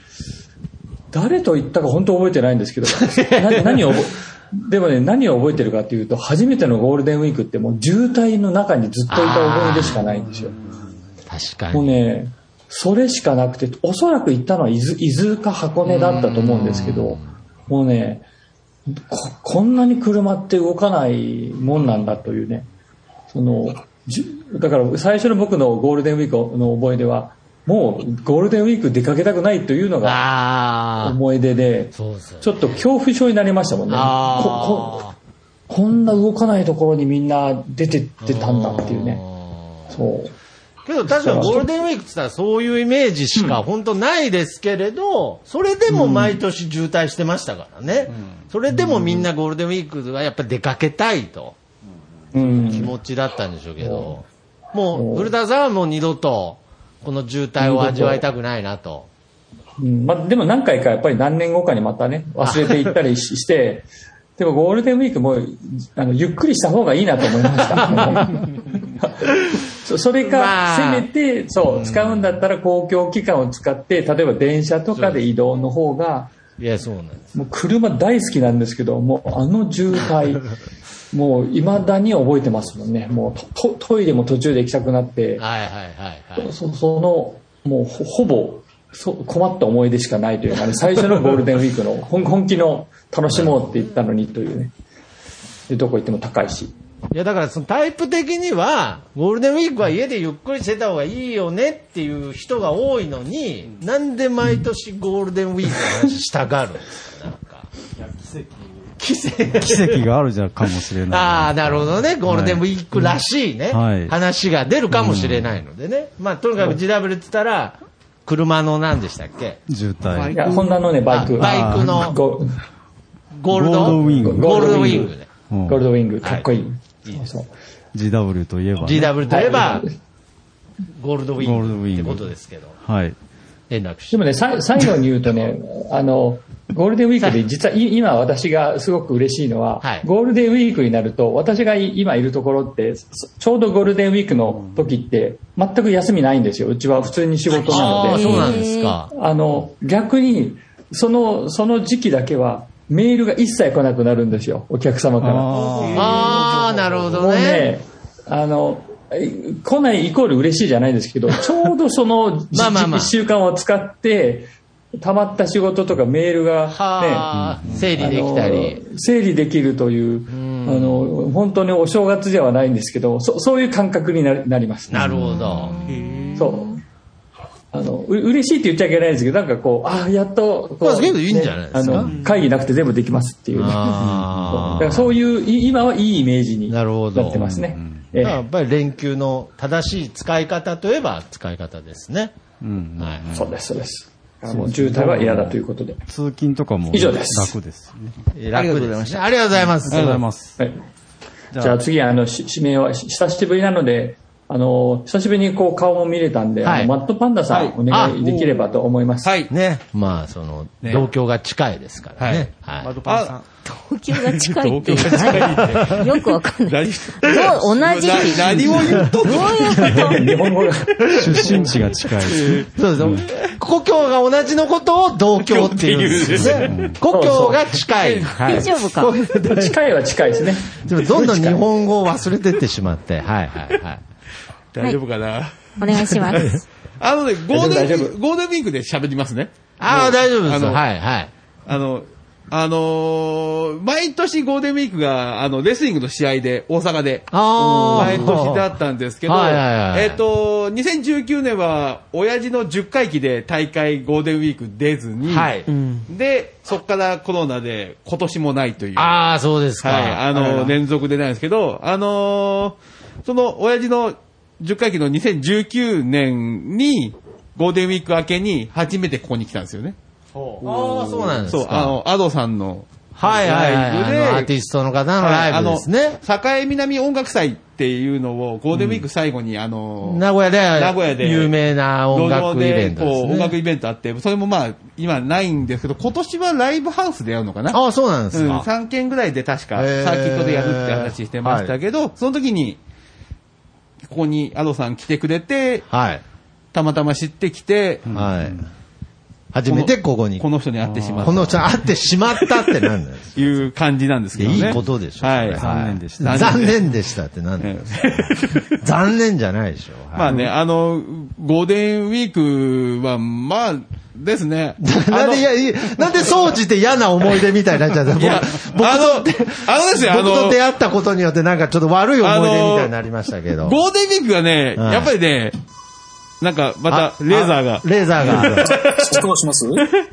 Speaker 6: 誰と言ったか本当覚えてないんですけどな何を覚えでもね何を覚えてるかというと初めてのゴールデンウィークってもう渋滞の中にずっといた思い出しかないんですよ
Speaker 3: 確か
Speaker 6: もう
Speaker 3: に。
Speaker 6: ねそれしかなくておそらく行ったのは伊豆伊豆か箱根だったと思うんですけどもうねここんなに車って動かないもんなんだというねそのじゅだから最初の僕のゴールデンウィークの思い出はもうゴールデンウィーク出かけたくないというのが
Speaker 3: ああ。
Speaker 6: 思い出で
Speaker 3: そうですよね
Speaker 6: ちょっと恐怖症になりましたもんねこ
Speaker 3: ああ。
Speaker 6: ここんな動かないところにみんな出てってたんだっていうね
Speaker 3: あー
Speaker 6: そう
Speaker 3: けど確かにゴールデンウィークって言ったらそういうイメージしか本当ないですけれど、それでも毎年渋滞してましたからね、それでもみんなゴールデンウィークはやっぱ出かけたいと、気持ちだったんでしょうけど、もう古田さんはもう二度とこの渋滞を味わいたくないなと。
Speaker 6: うんまあ、でも何回かやっぱり何年後かにまたね、忘れていったりし して、でもゴールデンウィークもあのゆっくりした方がいいなと思い ました。そそれ
Speaker 3: まあ
Speaker 6: か、せめて、そう、使うんだったら公共機関を使って、例えば電車とかで移動の方が、
Speaker 3: いや、そうなんです。
Speaker 6: もう車大好きなんですけど、もうあの渋 滞、もう未だに覚えてますもんね。もうトトトイレも途中で行きたくなって、
Speaker 3: はいはいはいはい。
Speaker 6: そその、もうほほぼそ困った思い出しかないというかね、最初のゴールデンウィークの本本気の楽しもうって言ったのにというね。で、どこ行っても高いし。
Speaker 3: いや、だからそのタイプ的には、ゴールデンウィークは家でゆっくりしてた方がいいよねっていう人が多いのに、なんで毎年ゴールデンウィークの話したがるんですか、なんか。奇跡。
Speaker 4: 奇跡があるじゃかもしれない。
Speaker 3: ああ、なるほどね。ゴールデンウィークらしいね、
Speaker 4: はい
Speaker 3: 話が出るかもしれないのでね。まあ、とにかく GW って言ったら、車の何でしたっけ
Speaker 4: 渋滞
Speaker 6: い。や、ホンダのね、バイク。
Speaker 3: あバイクの
Speaker 6: ゴ
Speaker 3: ゴールド
Speaker 4: ゴールドウィン
Speaker 6: グ
Speaker 3: ゴールドウィングね。
Speaker 4: うん
Speaker 6: ゴールドウィング、かっこいい。そうそう
Speaker 4: GW といえば、ね。
Speaker 3: GW といえば、ゴールドウィ
Speaker 4: ゴールドウ
Speaker 3: ング
Speaker 4: ィン
Speaker 3: っ
Speaker 4: グ
Speaker 3: てことですけど、
Speaker 4: はい。
Speaker 3: 連絡し
Speaker 6: で。
Speaker 3: て
Speaker 6: もね、さ最後に言うと ね、あの、ゴールデンウィークで実はい今私がすごく嬉しいのは、
Speaker 3: はい
Speaker 6: ゴールデンウィークになると私がい今いるところって、そちょうどゴールデンウィークの時って全く休みないんですよ。うちは普通に仕事な
Speaker 3: ああ、
Speaker 6: ので。
Speaker 3: そうなんですか。
Speaker 6: あの、逆に、その、その時期だけはメールが一切来なくなるんですよ。お客様から。
Speaker 4: あ
Speaker 3: ああ、なるほど
Speaker 6: もう
Speaker 3: ね。
Speaker 6: ね、あの、え来ないイコール嬉しいじゃないですけ ど、ちょうどその
Speaker 3: まあまあまあ
Speaker 6: 1週間を使って、溜まった仕事とかメールがね、
Speaker 3: はあ、整理できたり。
Speaker 6: あの整理できるという、あの、本当にお正月ではないんですけど、そそういう感覚になりなります、
Speaker 3: なるほど。
Speaker 6: そう。あの、う嬉しいって言っちゃいけないんですけど、なんかこう、ああ、やっと、こ
Speaker 3: まあ
Speaker 6: う、
Speaker 3: けどいいんじゃないですか
Speaker 6: ねあの、会議なくて全部できますっていうね。だ
Speaker 3: あ
Speaker 6: からそういう、い今はいいイメージに
Speaker 3: な
Speaker 6: な
Speaker 3: るほど
Speaker 6: ってますね。え
Speaker 3: あ。
Speaker 6: え
Speaker 3: やっぱり連休の正しい使い方といえば使い方ですね。はい。
Speaker 6: そうです、そうです。あの渋滞は嫌だということで。
Speaker 4: 通勤とかも
Speaker 6: 以上です
Speaker 4: 楽ですね。
Speaker 3: 楽ですね。ありがとうございます。
Speaker 4: ありがとうございます。
Speaker 6: はい。じゃあ次、あの、し指名は、し久しぶりなので、あの、久しぶりにこう顔も見れたんで、
Speaker 3: はい
Speaker 6: あのマットパンダさん、お願いできればと思います。
Speaker 7: はい。
Speaker 3: ね。まあ、その、
Speaker 7: ね
Speaker 3: 同居が近いですからね。
Speaker 7: マ
Speaker 3: は
Speaker 7: ド
Speaker 3: い。
Speaker 7: パンさん。
Speaker 1: 東京が近いっていう
Speaker 7: 東 京が
Speaker 1: 何よくわかんない。
Speaker 7: 何
Speaker 1: どう同じ日。
Speaker 7: 何を言っとん
Speaker 1: どう
Speaker 7: の
Speaker 1: いうこ
Speaker 6: 日本語が、
Speaker 4: 出身地が近い。
Speaker 3: そうです。故郷が同じのことを同居っていうんですよね。故郷が近い。
Speaker 1: と大丈夫か
Speaker 6: 近いは近いですね。
Speaker 3: でもどんどん日本語を忘れてってしまって。はいはいはい。
Speaker 7: 大丈夫かな
Speaker 1: お願いします。
Speaker 7: あのね、ゴールデンウィ
Speaker 6: 大丈
Speaker 7: ーク、ゴールデンウィークで喋りますね。
Speaker 3: ああ、大丈夫で
Speaker 7: あ
Speaker 3: す。
Speaker 7: の
Speaker 3: はいはい。
Speaker 7: あの、あのー毎年ゴールデンウィークが、あの、レスリングの試合で、大阪で、
Speaker 3: ああ。
Speaker 7: 毎年だったんですけど、
Speaker 3: はいはいはい
Speaker 7: えっ、と、2019年は、親父の10回忌で大会ゴールデンウィーク出ずに、
Speaker 3: はい。
Speaker 7: で、そこからコロナで今年もないという。
Speaker 3: ああ、そうですか。
Speaker 7: はい、あの、連続でないんですけど、あのーその、親父の10回忌の2019年に、ゴールデンウィーク明けに初めてここに来たんですよね。
Speaker 3: ああ、そうなんです
Speaker 7: そう、あ
Speaker 3: か。
Speaker 7: の、アドさんの、
Speaker 3: はいは
Speaker 7: ライ
Speaker 3: いはい。
Speaker 7: ブ
Speaker 3: あ
Speaker 7: で
Speaker 3: のアーティストの方の
Speaker 7: はい
Speaker 3: ライブですね。
Speaker 7: あの、栄南音楽祭っていうのを、ゴールデンウィーク最後に、あのー、
Speaker 3: 名古屋で、
Speaker 7: 名古屋で
Speaker 3: 有名な音楽イベント
Speaker 7: 路上
Speaker 3: です
Speaker 7: こう音楽
Speaker 3: ね。
Speaker 7: イベントあって、それもまあ、今ないんですけど、今年はライブハウスでやるのかな
Speaker 3: ああ、そうなんです
Speaker 7: うん、
Speaker 3: か。
Speaker 7: 3件ぐらいで確かサ
Speaker 3: へー
Speaker 7: ーキットでやるって話してましたけど、その時に、ここにアドさん来てくれて、
Speaker 3: はい。
Speaker 7: たまたま知ってきて、
Speaker 3: はい。初めてここに。
Speaker 7: こ
Speaker 3: こ
Speaker 7: の人に会ってしまった
Speaker 3: の人会ってしまったってなんだよ。
Speaker 7: という感じなんですけどね。
Speaker 3: いやいいことでし ょ
Speaker 7: はい。
Speaker 3: それ
Speaker 4: 残念でした。
Speaker 7: 残
Speaker 3: 残
Speaker 7: 念
Speaker 3: 念でしたってなんだよ。残念じゃないでしょ。はい
Speaker 7: まあね、あの、ゴールデンウィークは、まあ、ですね。あ
Speaker 3: なん
Speaker 7: の
Speaker 3: で、いや、いやなんで総じて嫌な思い出みたいになっちゃった 僕
Speaker 7: いや、あの、あのですね、あ
Speaker 3: 僕と
Speaker 7: の、
Speaker 3: 出会ったことによってなんかちょっと悪い思い出みたいになりましたけど。
Speaker 7: ゴールデンウィークがね、
Speaker 3: はい
Speaker 7: やっぱりね、なんか、ま
Speaker 3: あ
Speaker 7: た、レーザーが
Speaker 3: あ、レーザ ーが。
Speaker 8: 失望します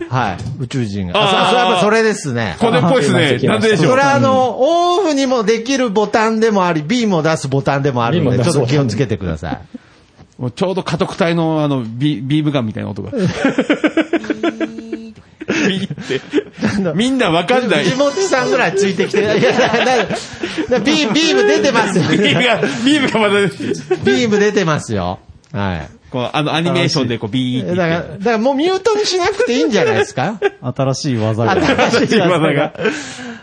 Speaker 3: はい。宇宙人が。
Speaker 7: あー
Speaker 3: あ、そう、やっぱそれですね。
Speaker 7: これっぽいですね。なんででしょ
Speaker 3: そうれ。はあの、オンオフにもできるボタンでもあり、B も出すボタンでもあるの
Speaker 6: ビーム
Speaker 3: で、
Speaker 6: を
Speaker 3: ち
Speaker 6: 出す
Speaker 3: ょっと
Speaker 6: ボタン
Speaker 3: 気をつけてください。
Speaker 7: もうちょうど家督隊のあのビ、ビームガンみたいな音 が。ビーって。みんなわかんない。
Speaker 3: 藤本さんぐらいついてきてる。いや、だからビビーム出てますよ。
Speaker 7: ビームが、ビームがまだ出てる、
Speaker 3: ビーム出てますよ。はい。
Speaker 7: こう、あの、アニメーションでこう、ビーって
Speaker 3: だから、だからもうミュートにしなくていいんじゃないですか
Speaker 4: 新しい技が。
Speaker 3: 新しい技
Speaker 7: が
Speaker 3: が。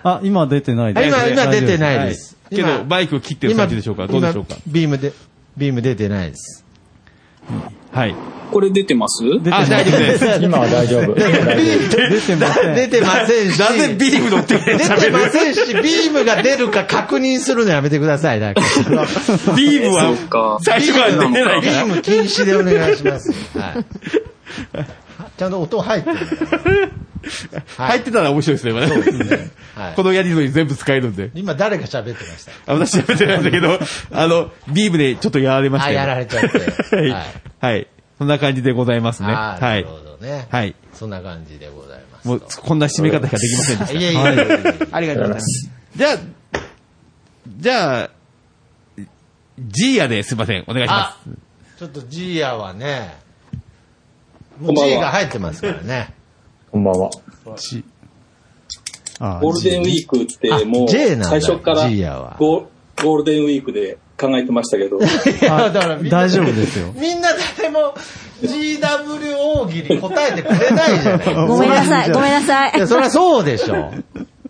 Speaker 4: あ、今出てない
Speaker 3: あ
Speaker 4: です。
Speaker 3: 今、今出てないです。
Speaker 7: け
Speaker 3: 今
Speaker 7: ど、バイクを切ってる最中でしょうかどうでしょうか
Speaker 3: 今ビームで、ビーム出てないです。
Speaker 7: はい。
Speaker 10: これ出てます
Speaker 7: あ、大丈夫です。
Speaker 6: 今は大丈 夫。
Speaker 4: 出てません。
Speaker 3: 出てませんし。
Speaker 7: なぜビーム乗って
Speaker 3: 出てませんし、ビームが出るか確認するのやめてください。だから
Speaker 7: ビーム
Speaker 10: そう
Speaker 7: は、
Speaker 10: か。
Speaker 7: 最初から出てない
Speaker 3: ビ
Speaker 7: か
Speaker 3: ー
Speaker 7: ら。
Speaker 3: ム禁止でお願いします。はい。ちゃんと音入ってるから。は
Speaker 7: 入っ
Speaker 3: い。
Speaker 7: てたら面白いですね、今ね。
Speaker 3: はい
Speaker 7: このやりとり全部使えるんで。
Speaker 3: 今誰が喋ってました
Speaker 7: あ私やめてないんだけ ど、あの、ビームでちょっとやられましたよ
Speaker 3: あやられちゃって
Speaker 7: はい
Speaker 3: はい。
Speaker 7: はい。そんな感じでございますね。
Speaker 3: あーな
Speaker 7: は
Speaker 3: る
Speaker 7: い
Speaker 3: ほ。どね。
Speaker 7: はい。
Speaker 3: そんな感じでございます。
Speaker 7: もう、こんな締め方しかできませんでした。
Speaker 3: いやいやいやいや
Speaker 5: ありがとうございます。
Speaker 7: じゃあ、じゃあ、ジーヤですいません。お願いしま
Speaker 3: あ
Speaker 7: す。、
Speaker 3: ちょっとジーヤはね、も
Speaker 10: こ
Speaker 3: うんジ
Speaker 10: ばんは
Speaker 3: ーが入ってますからね。
Speaker 6: こんばんは。
Speaker 4: あ
Speaker 10: ゴールデンウィークってもう、
Speaker 3: あ J なんだ
Speaker 10: 最初から
Speaker 3: G やわ
Speaker 10: ゴーゴールデンウィークで考えてました けど、
Speaker 3: いや、だからみんな
Speaker 4: 大丈夫ですよ。
Speaker 3: みんな誰も GW 大喜利答えてくれないじゃない。
Speaker 11: ごめんなさい、ごめんなさい
Speaker 3: い。や、そりゃそうでしょ。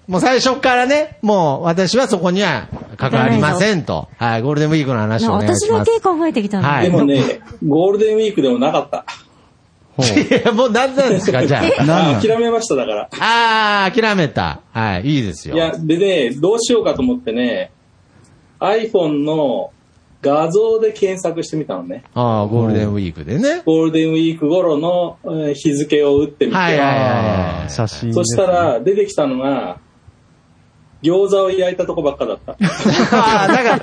Speaker 3: もう最初からね、もう私はそこには関わりませんと。はい、ゴールデンウィークの話をお願い
Speaker 11: 私
Speaker 3: し
Speaker 11: だ
Speaker 3: ます。
Speaker 11: け考えてきたの。
Speaker 3: はい
Speaker 10: でもね、ゴールデンウィークでもなかった。
Speaker 3: いや、もう何なんですか、じゃ
Speaker 4: なんな
Speaker 10: あ
Speaker 4: ん
Speaker 10: 諦めました、だから。
Speaker 3: あ。あー、諦めた。はい、いいですよ。
Speaker 10: いや、でね、どうしようかと思ってね、iPhone の画像で検索してみたのね。
Speaker 3: あーゴールデンウィークでね。
Speaker 10: ゴールデンウィーク頃のえー日付を打ってみて、
Speaker 3: はいはいはいは
Speaker 4: あ
Speaker 3: い。
Speaker 4: 写真です
Speaker 10: そしたら出てきたのが、餃子を焼いたとこばっかだった。
Speaker 3: ああ、だか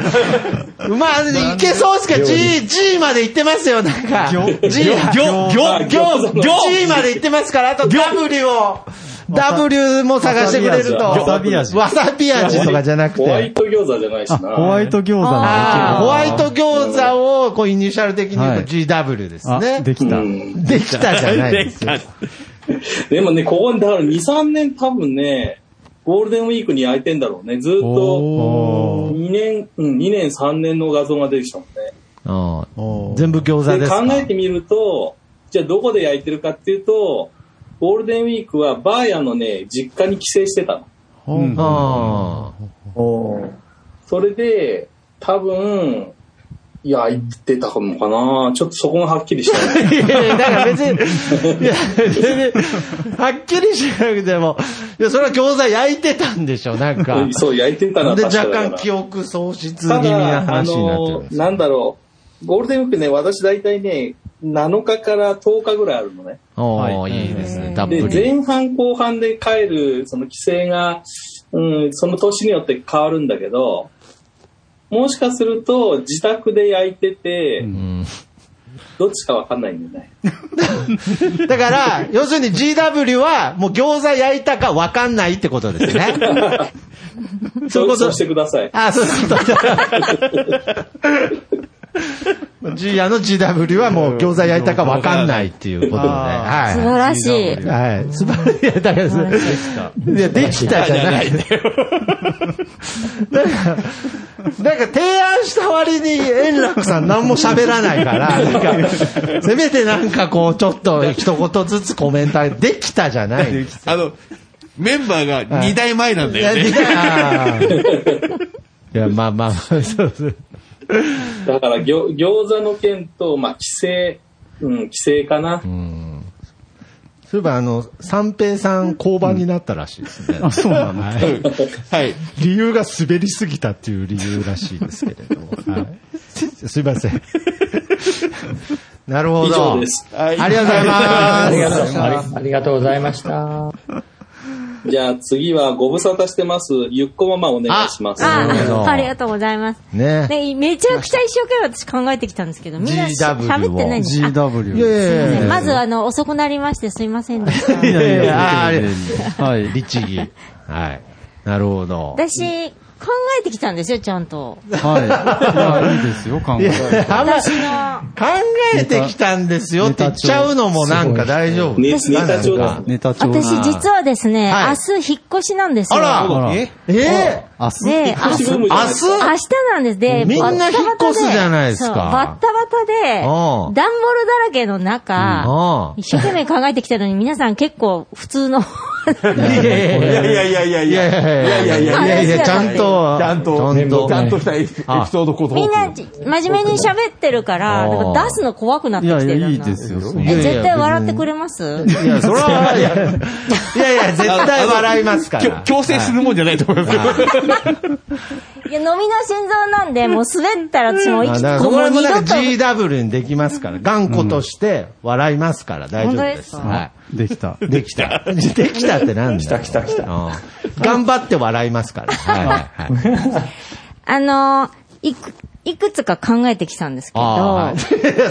Speaker 3: ら、うまあ、いけそうっすか ?G、G までいってますよ、なんか。G、G、
Speaker 10: あ餃子の
Speaker 3: G までいってますから、あと W を、W も探してくれると。
Speaker 4: わさび味
Speaker 3: わさび味とかじゃなく
Speaker 10: ホワイ
Speaker 3: て。
Speaker 10: ト餃子じゃないし
Speaker 4: あ、
Speaker 10: な。
Speaker 4: ホワイト餃子
Speaker 3: ああ、ホ
Speaker 4: の
Speaker 3: ワイト餃子を、こう、イニシャル的に言うと GW です
Speaker 4: あ、
Speaker 3: ね。
Speaker 4: できた
Speaker 10: う。ん
Speaker 3: できたじゃないですよ。
Speaker 10: でもね、ここに、だから2、3年多分ね、ゴールデンウィークに焼いてんだろうね。ずっ
Speaker 4: お
Speaker 10: と、2年、うん、2年、3年の画像が出てきたもんね。
Speaker 3: うん全部餃子
Speaker 10: で
Speaker 3: ですか
Speaker 10: 考えてみると、じゃあどこで焼いてるかっていうと、ゴールデンウィークはバーヤのね、実家に帰省してたの。
Speaker 4: うん
Speaker 3: うん
Speaker 10: それで、多分、焼いてたのかなちょっとそこがはっきりした、ね。
Speaker 3: いやいやだから別に、いや、別に、はっきりしなくても、いや、それは餃子焼いてたんでしょ、なんか。
Speaker 10: そう、焼いてたな、
Speaker 3: で、
Speaker 10: 確か
Speaker 3: 若
Speaker 10: だから
Speaker 3: 干記憶喪失気
Speaker 10: た
Speaker 3: 味な
Speaker 10: だ、あ
Speaker 3: 話になってる
Speaker 10: の
Speaker 3: んで、すよ
Speaker 10: なんだろう、ゴールデンウィークね、私大体ね、7日から10日ぐらいあるのね。
Speaker 3: おー、いいですね、たっぷ
Speaker 10: で、
Speaker 3: り。
Speaker 10: 前半後半で帰る、その規制が、うん、その年によって変わるんだけど、もしかすると自宅で焼いてて、
Speaker 3: うん
Speaker 10: どっちかわかんないんだよね。
Speaker 3: だから、要するに GW は、もう餃子焼いたかわかんないってことですね。
Speaker 10: そ
Speaker 3: そういう
Speaker 10: う
Speaker 3: こと
Speaker 10: そうしてください。
Speaker 3: あ、そうそうそう。ジーヤの GW はもう餃子焼いたかわかんないっていうことでね。はい。
Speaker 11: 素晴らしい。
Speaker 3: はい。素晴らしい。いや、だからそれ、できた。いや、できたじゃない。だから、なんか提案した割に円楽さん何も喋らないから、なんか、 せめてなんかこう、ちょっと一言ずつコメントあげできたじゃない。でき
Speaker 7: あの、メンバーが2代前なんだ
Speaker 3: いや、
Speaker 7: よ
Speaker 3: で
Speaker 7: ね
Speaker 3: き。た。あーいや、まあまあまあ、そうそう。
Speaker 10: だから、ぎょ餃子の件と、まあ、規制、うん、規制かな。
Speaker 3: そういえば、あの、三平さん降板になったらしいですね。あ、そうなの、 はい、
Speaker 7: はい。
Speaker 3: 理由が滑りすぎたっていう理由らしいですけれども。はい、すいません。なるほど。
Speaker 10: 以上です。
Speaker 3: ありがとうござい
Speaker 6: ありが
Speaker 3: ま
Speaker 6: とうございます。ありがとうございました。
Speaker 10: じゃあ次はご無沙汰してます。ゆっこママお願いします。
Speaker 3: なるほど
Speaker 11: あ、ありがとうございます。
Speaker 3: す。ね。
Speaker 11: ね、めちゃくちゃ一生懸命私考えてきたんですけど、みんな
Speaker 3: GW を
Speaker 11: 喋ってないんです。あ
Speaker 4: GW。
Speaker 3: いやいやいや
Speaker 11: まず、あの、遅くなりましてすいませんでした。
Speaker 4: いやいやいや
Speaker 3: あーあ
Speaker 4: は
Speaker 3: れ
Speaker 4: い。
Speaker 3: 律儀。はい。なるほど。
Speaker 11: 私、考えてきたんですよ、ちゃんと。
Speaker 4: はい。いや、いいですよ、考え
Speaker 3: いやあんま
Speaker 11: 私の。
Speaker 3: 考えてきたんですよって言っちゃうのもなんか大丈夫。
Speaker 10: ネタ帳ネタ帳だ
Speaker 4: ネタ帳
Speaker 11: 私実はですね、
Speaker 3: はい
Speaker 11: 明日引っ越しなんですよ。
Speaker 3: あらええ明日
Speaker 11: で、明日、明日なんです。で、
Speaker 3: みんな
Speaker 11: バッタバタで
Speaker 3: 引っ越すじゃないですか
Speaker 11: そうバッタバタで、
Speaker 3: うん
Speaker 11: 段ボールだらけの中、
Speaker 3: うん
Speaker 11: 一生懸命考えてきたのに、皆さん結構普通 の、
Speaker 7: いやいやいやいやいやいやいやいや
Speaker 3: いやいやちゃんと
Speaker 7: ちゃんと、
Speaker 3: ちゃんと
Speaker 7: ちゃんとしたエピエピソード構造。
Speaker 11: みんな真面目に喋ってるから、なんか出すの怖くなってきてる。
Speaker 4: いいですよ、
Speaker 11: え絶対笑ってくれますい
Speaker 3: や、それは、いやいや、絶対笑いますから
Speaker 7: あのきょ強制するもんじゃないと思いますよ。
Speaker 11: や、飲みの心臓なんで、もう滑ったら私もう
Speaker 3: あ
Speaker 11: 息
Speaker 3: だ
Speaker 11: つ
Speaker 3: から
Speaker 11: こ
Speaker 3: そ
Speaker 11: も
Speaker 3: れ
Speaker 11: う
Speaker 3: も
Speaker 11: 二
Speaker 3: なんか
Speaker 11: 度と
Speaker 3: GW にできますから、頑固として笑いますから大丈夫です。
Speaker 11: 本当ですか
Speaker 3: はい。できた。できた。できたってなんだ来た来た来た。うん頑張って笑いますから。はい。はい
Speaker 11: あのーいく、いくつか考えてきたんですけど、
Speaker 3: あーはい それの、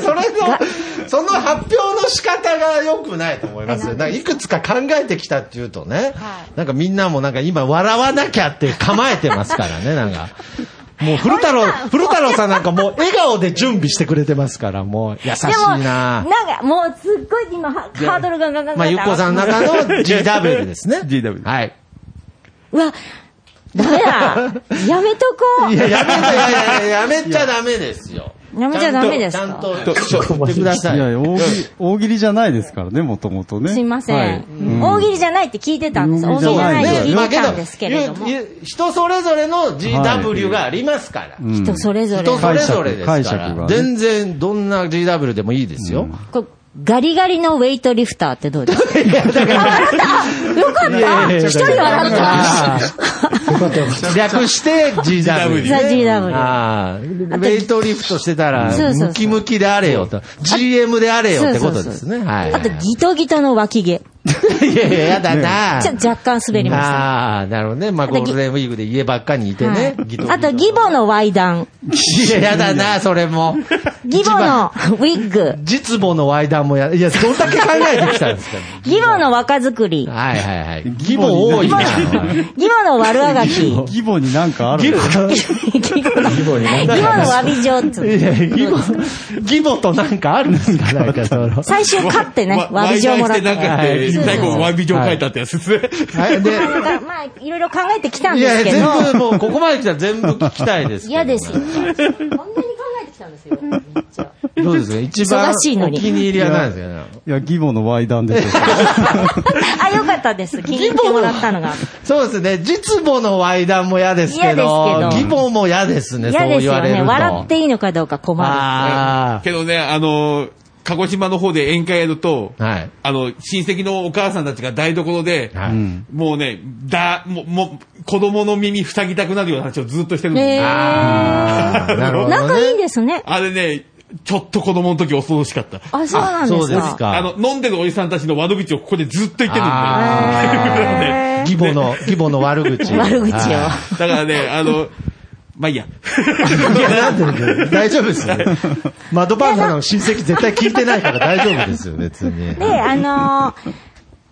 Speaker 3: その発表の仕方が良くないと思いますよ。なんかいくつか考えてきたっていうとね、なんかみんなもなんか今笑わなきゃって構えてますから ね、なんか。もう古太郎、古太郎さんなんかもう笑顔で準備してくれてますから、もう優しい
Speaker 11: でも、
Speaker 3: な
Speaker 11: なんか、もうすっごい今、ハハードルがガンガンガンガン。
Speaker 3: まあ、ゆっこさんの中の GW ですね。GW。はい。
Speaker 11: うわ、ダメだ。やめとこう。
Speaker 3: いや、やめて、いやいやいややめちゃダメですよ。
Speaker 11: やめちゃダメですか
Speaker 3: ちゃんと、ちゃんとちょ言ってください。
Speaker 4: いやいや、大喜利、大喜利じゃないですからね、もともとね。
Speaker 11: すいません、
Speaker 4: はいうん
Speaker 11: 大喜利じゃないって聞いてたんです。大
Speaker 4: 大
Speaker 11: 喜
Speaker 4: 喜
Speaker 11: 利
Speaker 4: 利
Speaker 11: じ
Speaker 4: じ
Speaker 11: ゃ
Speaker 4: ゃ
Speaker 11: な
Speaker 4: ないい
Speaker 11: って聞い
Speaker 3: まあ
Speaker 11: て
Speaker 3: け
Speaker 11: た
Speaker 3: ど
Speaker 11: んですけれども。
Speaker 3: ゆゆ人それぞれの GW がありますから。
Speaker 11: 人それぞれ。
Speaker 3: 人それぞれです
Speaker 4: 解
Speaker 3: か
Speaker 4: 釈解
Speaker 3: ら、
Speaker 4: 釈がね
Speaker 3: 全然どんな GW でもいいですよ。
Speaker 11: こうガリガリのウェイトリフターってどうですかあ、
Speaker 3: いやいやい
Speaker 11: 笑ったよかった
Speaker 3: や
Speaker 11: 一人笑った
Speaker 3: 略して GW ね。
Speaker 11: ザ GW
Speaker 3: ああウェイトリフトしてたら、
Speaker 11: そうそうそう
Speaker 3: ムキムキであれよと。GM であれよってことですね。はい。
Speaker 11: あと、ギトギトの脇毛。
Speaker 3: いやいや、やだな。
Speaker 11: ちょ若干滑りました。
Speaker 3: ああ、なるほどね。まあ、ゴールデンウィークで家ばっかにいてね。ギト
Speaker 11: あと、義母の Y 段。
Speaker 3: いや、やだな、それも。
Speaker 11: 義母のウィッグ。
Speaker 3: 実母のワイダーもや、いや、どんだけ考えてきたんですか
Speaker 11: 義母の若作り。
Speaker 3: はいはいはい。義母多いな。
Speaker 11: 義母の悪あがき。
Speaker 4: 義母になんかある義
Speaker 3: 母に
Speaker 11: 義母の詫び状っつうの
Speaker 3: いや、義母、義母となんかあるんですかなんかその。
Speaker 11: 最終勝ってね、詫び状もら
Speaker 7: ワイ
Speaker 11: っ
Speaker 7: ダ
Speaker 11: た。
Speaker 7: ーしてなんか最後、詫び状書いたってやつですね。
Speaker 3: はい、で、
Speaker 11: なんか、まあ、いろいろ考えてきたん
Speaker 3: い
Speaker 11: です
Speaker 3: や、
Speaker 11: け
Speaker 3: 全部
Speaker 11: ど、
Speaker 3: もう、ここまで来たら全部聞きたいですけど。
Speaker 11: 嫌ですよ。こんなに考えてきたんですよ。
Speaker 3: どうですか一番
Speaker 11: 忙しいの
Speaker 3: お
Speaker 11: に
Speaker 3: 気に入りは何ですかね
Speaker 4: いや、義母の Y 段でしょ。
Speaker 11: あ、よかったです。気に入ってもらったのが。
Speaker 3: そうですね。実母のワイダーも嫌です
Speaker 11: 嫌
Speaker 3: けど、
Speaker 11: ですけ
Speaker 3: 義
Speaker 11: ど
Speaker 3: 母も嫌ですね、そ
Speaker 11: 嫌
Speaker 3: う
Speaker 11: です
Speaker 3: 言わ
Speaker 11: よ
Speaker 3: れる
Speaker 11: ね。
Speaker 3: と。
Speaker 11: 笑っていいのかどうか困る。
Speaker 3: あ
Speaker 7: けどね、あの、鹿児島の方で宴会やると、
Speaker 3: あ。はい。
Speaker 7: あの、親戚のお母さんたちが台所で、
Speaker 3: はい
Speaker 7: もうね、だ、もう、もう、子供の耳塞ぎたくなるような話をずっとしてるの。
Speaker 11: へ
Speaker 3: あーなる
Speaker 11: ー。
Speaker 3: ほどね
Speaker 11: 仲いいんですね。
Speaker 7: あれね、ちょっと子供の時恐ろしかった。
Speaker 11: あ、そうなんですか。
Speaker 7: あの、飲んでるおじさんたちの悪口をここでずっと言ってるんで。
Speaker 3: あ
Speaker 11: へー
Speaker 3: 義母の、義母の悪口。
Speaker 11: 悪口を。
Speaker 3: は
Speaker 7: だからね、あの、まあいいや。
Speaker 3: いいやなんで大丈夫ですよ。マドバーナーの親戚絶対聞いてないから大丈夫ですよ、別に。
Speaker 11: で、あのー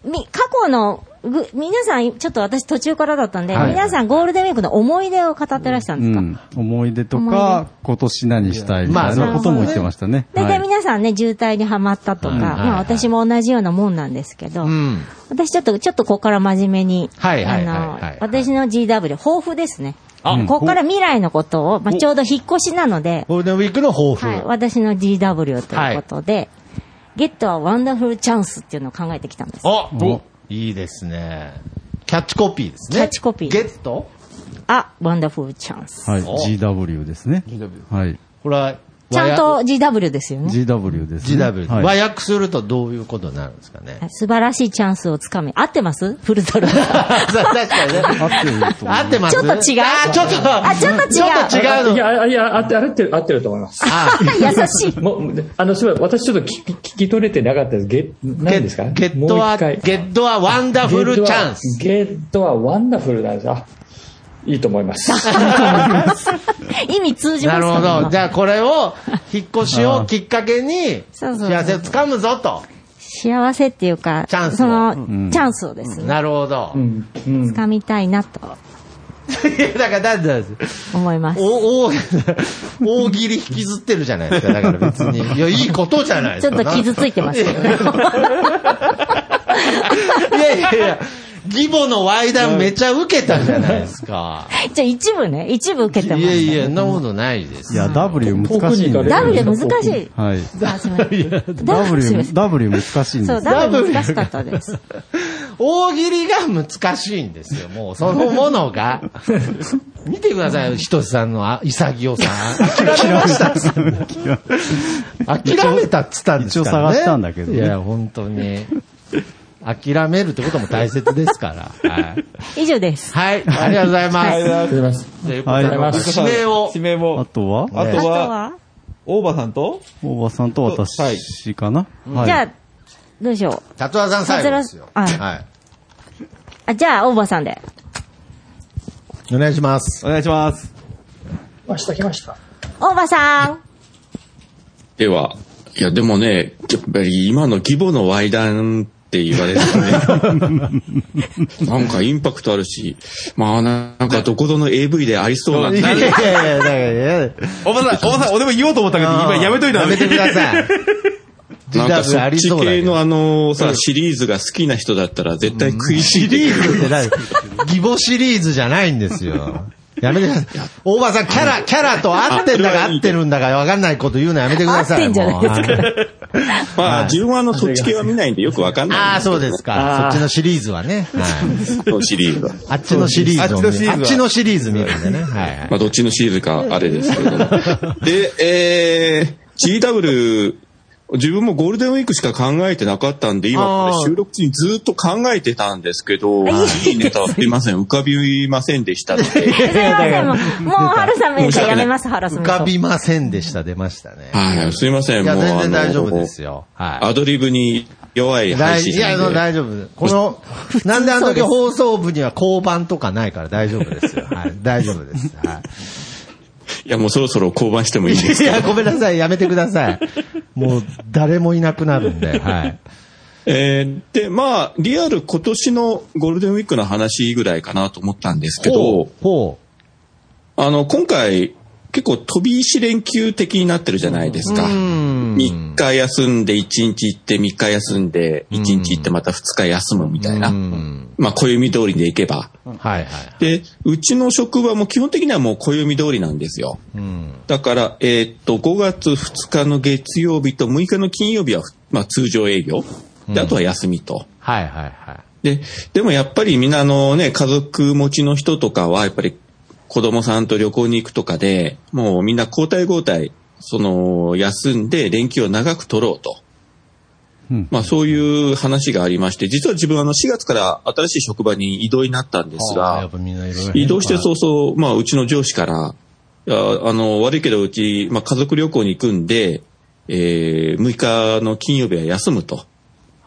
Speaker 11: み、過去の、ぐ皆さん、ちょっと私途中からだったんで、
Speaker 4: はい
Speaker 11: 皆さんゴールデンウィークの思い出を語ってらしたんですか、
Speaker 4: うん思い出と
Speaker 11: 思い
Speaker 4: か、今年何したいみ
Speaker 3: ま
Speaker 4: た
Speaker 3: あ
Speaker 4: い
Speaker 3: そう
Speaker 4: なことも言ってましたね。
Speaker 11: 大
Speaker 4: は
Speaker 11: 体
Speaker 4: い
Speaker 11: 皆さんね、渋滞にはまったとか、
Speaker 4: はい
Speaker 11: まあ私も同じようなもんなんですけど、
Speaker 3: うん。
Speaker 11: 私ちょっと、ちょっとここから真面目に、
Speaker 3: はいはいはいはい
Speaker 11: あのー私の GW、抱負ですね。
Speaker 7: あ
Speaker 11: ここから未来のことを、まあちょうど引っ越しなので、
Speaker 3: ゴールデンウィークの抱負。
Speaker 11: はい、私の GW ということで、ゲットはワンダフルチャンスっていうのを考えてきたんです。
Speaker 7: あ、お
Speaker 3: いいですね。キャッチコピーですね。
Speaker 11: キャッチコピー
Speaker 3: ゲット
Speaker 11: あ、ワンダフルチャンス。
Speaker 4: はい。
Speaker 3: お
Speaker 4: GW ですね。はい。
Speaker 3: これは、
Speaker 11: ちゃんと GW ですよね。
Speaker 4: GW ですね。
Speaker 3: 和訳。GW。
Speaker 4: はい
Speaker 3: 和訳するとどういうことになるんですか ね。
Speaker 11: 素晴らしいチャンスをつかみ、合ってますフル トル。
Speaker 3: 確かにね。
Speaker 4: 合ってると思う
Speaker 3: 合ってます
Speaker 11: ちょっと違う
Speaker 3: あーちょっと。
Speaker 11: あちょっと違う
Speaker 3: ちょっと違
Speaker 6: い
Speaker 3: うの。
Speaker 6: や、いや、合って、合ってる、合ってると思います。
Speaker 3: あー
Speaker 11: 優しい。
Speaker 6: もう、あの、すごい、私ちょっと聞き、聞き取れてなかったです。ゲ、何ですか
Speaker 3: ゲットは、
Speaker 6: もう一回
Speaker 3: ゲットはワンダフルチャンス。
Speaker 6: ゲットはワンダフルなんです。あ、いいと思います。
Speaker 11: 意味通じます
Speaker 3: な
Speaker 11: か
Speaker 3: るほど。じ
Speaker 11: 今
Speaker 3: ゃあこれを、引っ越しをきっかけに、
Speaker 11: そうそう
Speaker 3: 幸せをつかむぞと。
Speaker 11: 幸せっていうか、
Speaker 3: チャンスを
Speaker 11: その、
Speaker 4: ん
Speaker 11: チャンスをですね、
Speaker 3: なるほど
Speaker 6: う。ん。うん
Speaker 11: 掴みたいなと。
Speaker 3: いや、だから、だんだんです。
Speaker 11: 思います。
Speaker 3: お、お、 大喜利引きずってるじゃないですか。だから別 に。いや、いいことじゃないですか。
Speaker 11: ちょっと傷ついてますけど
Speaker 3: ね。いやいやいや、義母のワイダンめちゃ受けたじゃないですか。
Speaker 11: じゃあ一部ね、一部受け
Speaker 3: い
Speaker 11: て
Speaker 3: や
Speaker 11: ます。
Speaker 3: いや、そんなことないです。
Speaker 4: いや、W 難しいね。
Speaker 11: W 難しい。
Speaker 4: はい。
Speaker 11: あすいません
Speaker 4: W、W 難しいん
Speaker 11: そ
Speaker 4: で
Speaker 11: う、
Speaker 4: す。
Speaker 11: W 難しかったです。
Speaker 3: 大喜利が難しいんですよ、もう、そのものが。見てください、ひとしさんのあ潔さ。諦めましたっつったんだ諦めたっつったんですから、
Speaker 4: 一応探
Speaker 3: ね。
Speaker 4: したんだけどね
Speaker 3: いや、本当に。諦めるってことも大切ですから。はい。
Speaker 11: 以上です。
Speaker 3: はい、ありがとうございます。
Speaker 11: はい
Speaker 7: ありがとう
Speaker 6: ございます。
Speaker 3: ということで、指名を。
Speaker 7: を。指名 を。
Speaker 4: あとは
Speaker 7: あとは、大場さんと
Speaker 4: 大場さんと私かな。はい。
Speaker 11: じゃあ、どうしよう。
Speaker 3: 達和さん最後ですよ。
Speaker 11: 達
Speaker 3: はい。
Speaker 11: あ、じゃあ、大場さんで。
Speaker 3: お願いします。
Speaker 7: お願いします。
Speaker 6: 来ました、来ました。
Speaker 11: 大場さ ん。
Speaker 12: では、いや、でもね、やっぱり今の義母のワイダンって言われる とね、なんかインパクトあるし、まあなんかどこぞの AV でありそうな。
Speaker 3: いやいやいや、だからいや
Speaker 7: おばさん、おばさん、俺も言おうと思ったけど、今やめといた
Speaker 3: やめてください。
Speaker 12: なんか
Speaker 3: ジ
Speaker 12: そ
Speaker 3: ダブあ
Speaker 12: っ
Speaker 3: り
Speaker 12: ち
Speaker 3: そうだ
Speaker 12: 系
Speaker 3: よ
Speaker 12: のあのさ、シリーズが好きな人だったら絶対食いし
Speaker 3: シ
Speaker 12: いて
Speaker 3: リー
Speaker 12: く
Speaker 3: ズっ
Speaker 12: る。
Speaker 3: て何義母シリーズじゃないんですよ。やめてください。大場さん、キャラ、キャラと合ってんだか合ってるんだか分かんないこと言うのやめてくださ
Speaker 11: 合っ
Speaker 3: い。
Speaker 11: てんじゃないですか
Speaker 3: もうはい
Speaker 12: まあ自分はあのそっち系は見ないんでよくわかんない。
Speaker 3: ああ、そうです
Speaker 12: あー
Speaker 3: か。そっちのシリーズはね。はい
Speaker 12: そうシリーズは。
Speaker 3: あっちのシリーズを見る。あっちのシリーズ見るんでね。はいはい。
Speaker 12: まあ、どっちのシリーズか、あれですけれ ども。で、えー、GW、自分もゴールデンウィークしか考えてなかったんで、今
Speaker 3: あー
Speaker 12: これ収録中にずっと考えてたんですけど、いいネタは出ません。浮かびませんでしたの で。
Speaker 11: すいません、もう、もう、春さんめっちゃやめます、春さん。
Speaker 3: 浮かびませんでした、出ましたね。
Speaker 12: はい、すいません。
Speaker 3: いや
Speaker 12: もう
Speaker 3: 全然
Speaker 12: あの
Speaker 3: 大丈夫ですよ。
Speaker 12: アドリブに弱い配
Speaker 3: 大
Speaker 12: 信
Speaker 3: いや、あの大丈夫。この、なんであの時放送部には交番とかないから大丈夫ですよ。はい、大丈夫です。はい。
Speaker 12: いや、もうそろそろ降板してもいいです
Speaker 3: い
Speaker 12: か
Speaker 3: や、ごめんなさい。やめてください。もう、誰もいなくなるんで、はい。
Speaker 12: えーで、まあ、リアル今年のゴールデンウィークの話ぐらいかなと思ったんですけど、
Speaker 3: ほ
Speaker 12: あの、今回、結構飛び石連休的になってるじゃないですか。3日休んで1日行って3日休んで1日行ってまた2日休むみたいな。まあ、暦通りで行けば。
Speaker 3: はいはい。
Speaker 12: で、うちの職場も基本的にはもう暦通りなんですよ。
Speaker 3: うん。
Speaker 12: だから、えーっと、5月2日の月曜日と6日の金曜日は、まあ、通常営業。で、あとは休みと。
Speaker 3: はいはいはい。
Speaker 12: で、でもやっぱりみんなあのね、家族持ちの人とかは、やっぱり子供さんと旅行に行くとかで、もうみんな交代交代、その、休んで連休を長く取ろうと。
Speaker 4: うん
Speaker 12: まあそういう話がありまして、実は自分あの4月から新しい職場に移動になったんです
Speaker 3: あーや
Speaker 12: が
Speaker 3: っ、ぱみんないろい ろ
Speaker 12: 移動して早々、まあうちの上司から、いやあの、悪いけどうち、まあ家族旅行に行くんで、えー、6日の金曜日は休むと。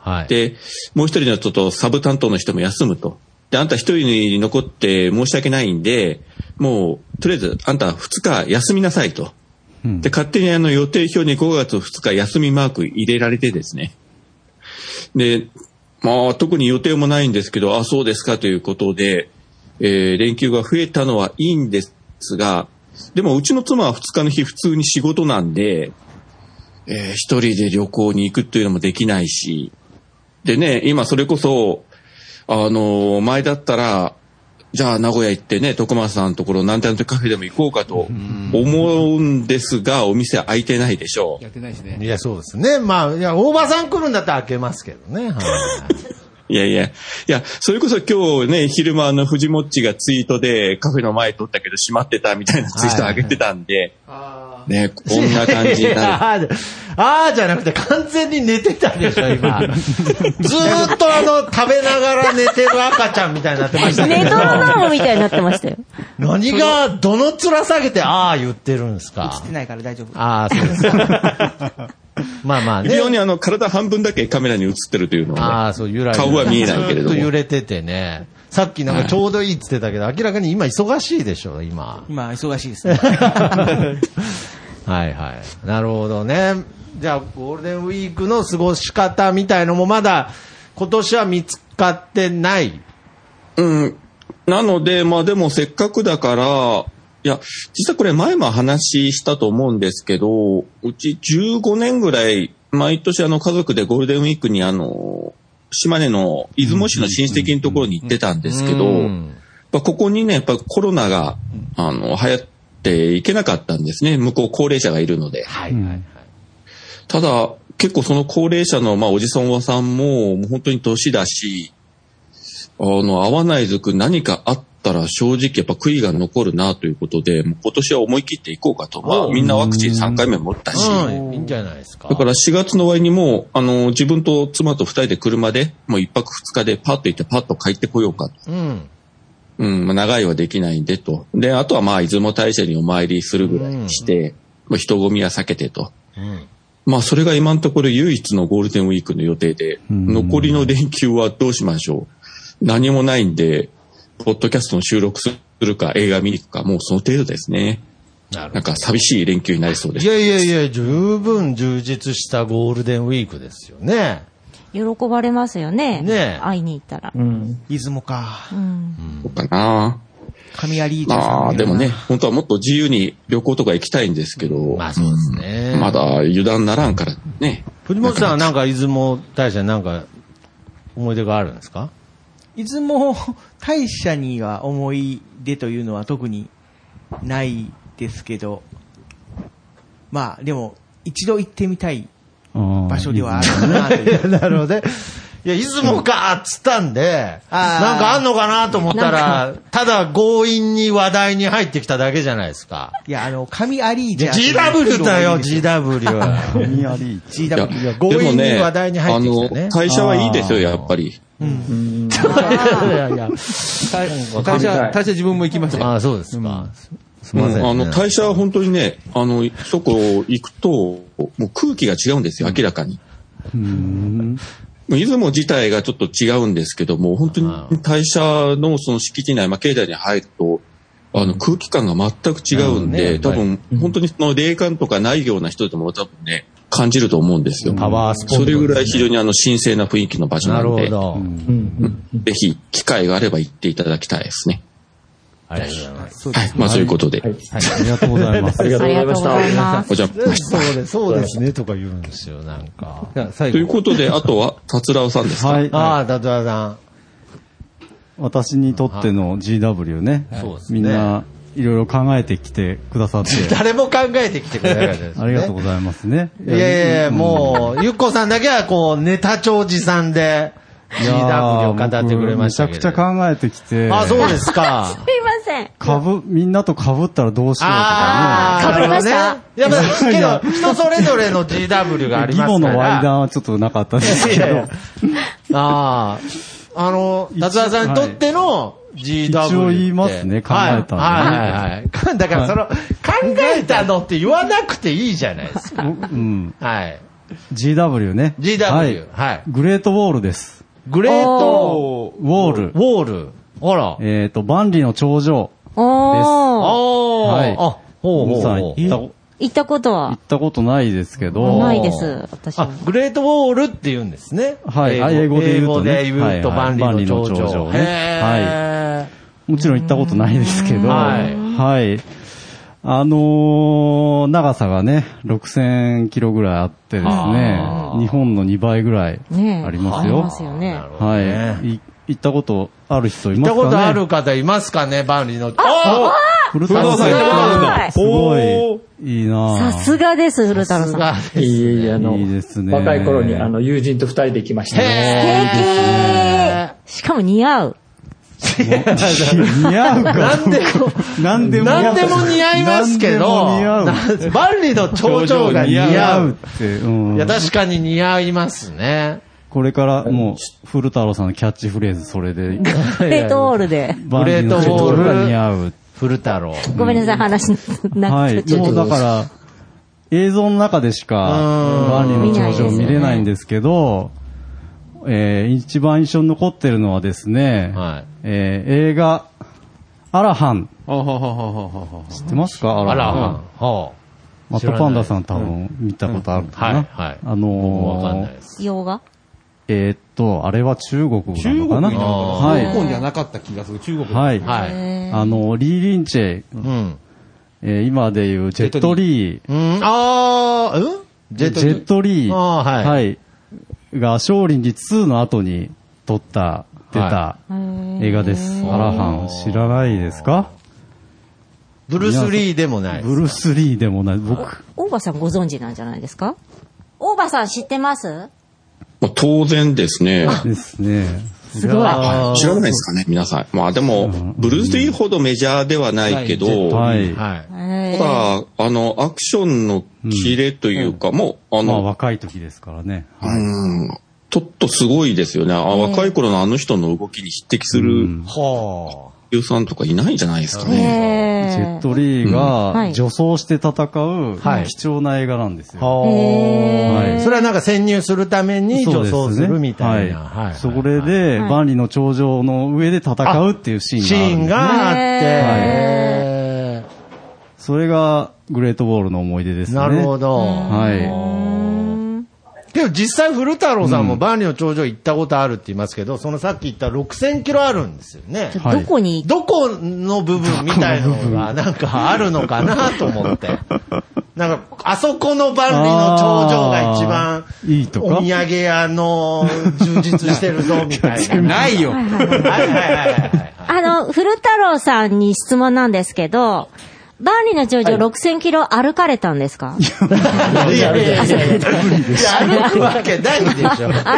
Speaker 3: はい。
Speaker 12: で、もう一人のちょっとサブ担当の人も休むと。で、あんた一人に残って申し訳ないんで、もう、とりあえず、あんた二日休みなさいと。
Speaker 4: うん
Speaker 12: で、勝手にあの予定表に5月2日休みマーク入れられてですね。で、まあ、特に予定もないんですけど、あ、そうですかということで、えー連休が増えたのはいいんですが、でもうちの妻は2日の日普通に仕事なんで、えー一人で旅行に行くというのもできないし、でね、今それこそ、あのー前だったら、じゃあ名古屋行ってね、徳松さんのところ、なんてのカフェでも行こうかと思うんですが、お店開いてないでしょう。
Speaker 7: やってないしね。
Speaker 3: いや、そうですね。まあ、いや、大場さん来るんだったら開けますけどね。はい
Speaker 12: やいや、いや、それこそ今日ね、昼間あの、藤もっちがツイートで、カフェの前撮ったけど閉まってたみたいなツイート上げてたんで、ね、こんな感じになる。
Speaker 3: い。る。あーじゃなくて完全に寝てたでし ょ、今。ずーっとあの、食べながら寝てる赤ちゃんみたいになってましたけど。
Speaker 11: メトロノームみたいになってましたよ。
Speaker 3: 何が、どの面下げて、ああ言ってるんですか
Speaker 5: 映って。ないから大丈夫。
Speaker 3: ああ、そうですか。まあまあね
Speaker 12: 非。常にあの、体半分だけカメラに映ってるというの
Speaker 3: あ
Speaker 12: は、
Speaker 3: あ、そう、ゆらゆら。
Speaker 12: 顔は見えないけれど
Speaker 3: ずっと揺
Speaker 12: も。
Speaker 3: れててね。さっきなんかちょうどいいって言ってたけど、明らかに今忙しいでしょ、今。
Speaker 5: 今、忙しいです ね。
Speaker 3: はいはい。なるほどね。じゃあ、ゴールデンウィークの過ごし方みたいのもまだ、今年は見つかってない。
Speaker 12: うん。なので、まあでもせっかくだから、いや、実はこれ前も話したと思うんですけど、うち15年ぐらい、毎年あの家族でゴールデンウィークにあの、島根の出雲市の親戚のところに行ってたんですけど、まあここにね、やっぱコロナが、あの、流行っていけなかったんですね。向こう高齢者がいるので。ただ、結構その高齢者の、まあ、おじさんおばさんも、もう本当に年だし、あの、合わない族何かあったら正直やっぱ悔いが残るなということで、もう今年は思い切っていこうかと。まあ、みんなワクチン3回目持ったし、
Speaker 3: うん、いいんじゃないですか。
Speaker 12: だから4月の終わりにもう、あの、自分と妻と2人で車で、もう1泊2日でパッと行ってパッと帰ってこようかと。
Speaker 3: うん。
Speaker 12: うん、まあ長いはできないんでと。で、あとはまあ、出雲大社にお参りするぐらいにして、まあ人混みは避けてと。まあ、それが今のところ唯一のゴールデンウィークの予定で、残りの連休はどうしましょう。何もないんで、ポッドキャストの収録するか映画見に行くか、もうその程度ですね。
Speaker 3: なる
Speaker 12: んか寂しい連休になりそうです
Speaker 3: い。やいやいや、十分充実したゴールデンウィークですよね。
Speaker 11: 喜ばれますよね。
Speaker 3: ね
Speaker 11: 会いに行ったら。
Speaker 3: うん。
Speaker 5: 出雲か。
Speaker 11: うん。
Speaker 12: そうかな。
Speaker 5: 神谷リーダーさん
Speaker 12: ま
Speaker 5: も
Speaker 12: あ、
Speaker 5: いる
Speaker 12: で
Speaker 5: な
Speaker 12: もね、本当はもっと自由に旅行とか行きたいんですけど。まあ
Speaker 3: そうですね
Speaker 12: まだ油断ならんからね。
Speaker 3: 藤本さんはなんか出雲大社になんか思い出があるんですか
Speaker 5: 出雲大社には思い出というのは特にないですけど、まあでも一度行ってみたい場所ではあるなという。
Speaker 3: なるほどね。いや、出雲かっつったんで、
Speaker 5: あー
Speaker 3: なんかあんのかなと思った
Speaker 5: な
Speaker 3: ら、ただ強引に話題に入ってきただけじゃないですか。
Speaker 5: いや、あの、神アリージャ
Speaker 3: GW だよ、
Speaker 5: 神
Speaker 3: GW。
Speaker 4: アリ
Speaker 5: ージ
Speaker 12: いや
Speaker 5: ャ GW。
Speaker 3: や強引に話題に入ってきたね
Speaker 12: でもあの、会社はいいですよ、やっぱり。
Speaker 3: いやいや、
Speaker 7: 会社、会社自分も行きました。
Speaker 3: ああ、そうですか。す
Speaker 12: う
Speaker 3: みません
Speaker 12: ん、
Speaker 3: ね。
Speaker 12: あの、会社は本当にね、あの、そこ行くと、もう空気が違うんですよ、明らかに。もう出雲自体がちょっと違うんですけども、本当に大社のその敷地内、まあ、境内に入ると、あの、空気感が全く違うんで、多分、本当にその霊感とかないような人でも多分ね、感じると思うんですよ。
Speaker 3: パワースポット
Speaker 12: それぐらい非常にあの、神聖な雰囲気の場所な
Speaker 3: なる
Speaker 12: の
Speaker 3: ほ
Speaker 12: で、
Speaker 3: ど。
Speaker 12: ぜひ、機会があれば行っていただきたいですね。
Speaker 3: ありがとうございます。
Speaker 12: はい、まあそういうことで。
Speaker 4: ありがとうございます
Speaker 3: ありがとうございましたありがとうございます
Speaker 12: お邪魔しました。
Speaker 3: そうです、そうですね、とか言うんですよ、なんか。
Speaker 12: ということで、あとは、達郎さんですか
Speaker 4: はい
Speaker 3: ああ、達郎さん。
Speaker 4: 私にとっての GW ね。
Speaker 3: そうですね
Speaker 4: みんないろいろ考えてきてくださって。
Speaker 3: 誰も考えてきてくれなかったですね。
Speaker 4: ありがとうございますね。
Speaker 3: いやいやいや、
Speaker 4: うん
Speaker 3: もう、ゆっこさんだけはこう、ネタ帳持参で、
Speaker 4: いやー
Speaker 3: GW を語ってくれました
Speaker 4: 僕め
Speaker 3: けど。
Speaker 4: ちゃくちゃ考えてきて。
Speaker 3: あそうで す
Speaker 11: すい
Speaker 3: か。
Speaker 11: ません。
Speaker 4: かぶ、みんなと被ったらどうしようとかね。
Speaker 3: あー被りましたなるほどねいやまあけど人それぞれの
Speaker 4: GW
Speaker 3: がありま
Speaker 4: 義母
Speaker 3: すから
Speaker 4: のワイダーはちょっとなかったですけど。
Speaker 3: いやいやああ。あの、達田さんにとっての GW って。
Speaker 4: 一応言いますね考えたのね
Speaker 3: はいはいはいはい。 かだからその、考えたのって言わなくていいじゃないですか。
Speaker 4: うん。
Speaker 3: はい。
Speaker 4: GW ね。
Speaker 3: GW はい。
Speaker 4: グレートウォールです。
Speaker 3: グレート
Speaker 4: ウォール。ウ
Speaker 3: ォール。ほら。
Speaker 4: えっと、万里の頂上。
Speaker 11: おー。
Speaker 4: はい。
Speaker 3: あ、
Speaker 4: ほうほうさん行った行っ
Speaker 11: 行ったことは
Speaker 4: たことないですけど。
Speaker 11: ないです、私は。
Speaker 3: グレートウォールって言うんですね。
Speaker 4: はい。あ英語で言うとね。
Speaker 3: 英語で言うと
Speaker 4: はいはい
Speaker 3: 万里の頂上。
Speaker 4: 万里の
Speaker 3: へー
Speaker 4: はい。もちろん行ったことないですけど。
Speaker 3: はい
Speaker 4: はい。あのー長さがね、6000キロぐらいあってですね
Speaker 11: あ、
Speaker 4: 日本の2倍ぐらい
Speaker 11: ねえ
Speaker 4: あります
Speaker 11: あり
Speaker 4: よ。
Speaker 11: ますよね。
Speaker 4: はい。い行ったことある人い
Speaker 3: 行っ
Speaker 4: ます
Speaker 3: た
Speaker 4: かね
Speaker 3: ことある方いますかね、万里の頂上。
Speaker 4: 古田さん
Speaker 3: 古田さん行ったことあるんだ
Speaker 4: すごい。いいなぁ
Speaker 11: さすがです、古太郎さん。
Speaker 6: いえいえいえ、あの、
Speaker 4: いいですね。
Speaker 6: 若い頃にあの友人と二人で来ました。
Speaker 11: えーしかも似合う。
Speaker 4: 似合うか
Speaker 3: なんでも、
Speaker 4: なんでも
Speaker 3: なんでも似合いますけ
Speaker 4: 何
Speaker 3: ど、
Speaker 4: でも似合う
Speaker 3: なん万里の頂上が似合う。
Speaker 4: って、うん
Speaker 3: いや、確かに似合いますね。
Speaker 4: これからもう、古太郎さんのキャッチフレーズ、それで。 グ
Speaker 11: グレートウォールで。
Speaker 3: レートウォール
Speaker 4: が似合う。
Speaker 3: 古太郎。
Speaker 11: ごめんなさい、話な
Speaker 4: は
Speaker 11: っ
Speaker 4: い。
Speaker 11: て。
Speaker 4: もうだから、映像の中でしか、万里の頂上見れないんですけど、えー一番印象に残ってるのはですね、えー映画、アラハン。知ってますかアラハン。
Speaker 3: あら、はあ。
Speaker 4: マットパンダさん多分見たことあるかな。
Speaker 3: はいはい
Speaker 4: あのー
Speaker 3: わかんない
Speaker 11: 洋画
Speaker 4: えーっと、あれは中国なのかな
Speaker 7: 中国なのかな
Speaker 4: はい。
Speaker 7: 香港じゃなかった気がする中国
Speaker 4: はい。
Speaker 7: はい
Speaker 4: あの、リー・リンチェ、えー今でいうジェットリー、
Speaker 3: うん、あー、うん
Speaker 4: ジェットリー、はい。が、少林寺2の後に撮った、出た映画です。アラハン、知らないですか
Speaker 3: ブルース・リーでもない。
Speaker 4: ブルース・リーでもない。僕、
Speaker 11: 大場さんご存知なんじゃないですか大場さん知ってます
Speaker 12: まあ、当然ですね。
Speaker 4: ですね。
Speaker 11: すごい
Speaker 12: あ知らないですかね、皆さん。まあでも、ブルース・リーほどメジャーではないけど、
Speaker 4: はい。
Speaker 12: ただ、あの、アクションのキレというか、もう、あ
Speaker 4: まあ、
Speaker 12: の、
Speaker 4: 若い時ですからね。
Speaker 12: うんちょっとすごいですよね。あ
Speaker 11: うん
Speaker 12: 若い頃のあの人の動きに匹敵する、
Speaker 3: は
Speaker 12: 俳優さんとかいないんじゃないですか
Speaker 11: へ
Speaker 12: ね。
Speaker 4: ジェッ
Speaker 11: え。
Speaker 4: トリー
Speaker 11: うんは
Speaker 4: が
Speaker 11: い
Speaker 4: 女装して戦う
Speaker 3: はい
Speaker 4: 貴重な映画なんですよ。
Speaker 3: はい。それはなんか潜入するために
Speaker 4: そう
Speaker 3: 女
Speaker 4: ですね
Speaker 3: 装するみたいな。
Speaker 4: は
Speaker 3: はい。
Speaker 4: それで、
Speaker 3: はい
Speaker 4: 万里の頂上の上で戦うっていうシ
Speaker 3: シ
Speaker 4: ー
Speaker 3: ー
Speaker 4: ン
Speaker 3: ン
Speaker 4: が
Speaker 3: が
Speaker 4: あ
Speaker 3: あ
Speaker 4: っ、
Speaker 3: ってて、
Speaker 4: それがグレートボールの思い出ですね。
Speaker 3: なるほど
Speaker 4: は
Speaker 3: でも実際古太郎さんも万里の頂上行ったことあるって言いますけど、そのさっき言った6000キロあるんですよね。
Speaker 11: どこに、
Speaker 3: どこの部分みたいのがなんかあるのかなと思って。 なんか、あそこの万里の頂上が一番
Speaker 4: い。いいと
Speaker 3: お土
Speaker 4: か
Speaker 3: 産屋の充実してるぞみたいな。
Speaker 7: ないよ。
Speaker 11: あの、古太郎さんに質問なんですけど、万里の頂上6000キロ歩かれたんですか
Speaker 3: いやいやいやいや、歩くわけないでしょ。
Speaker 11: あ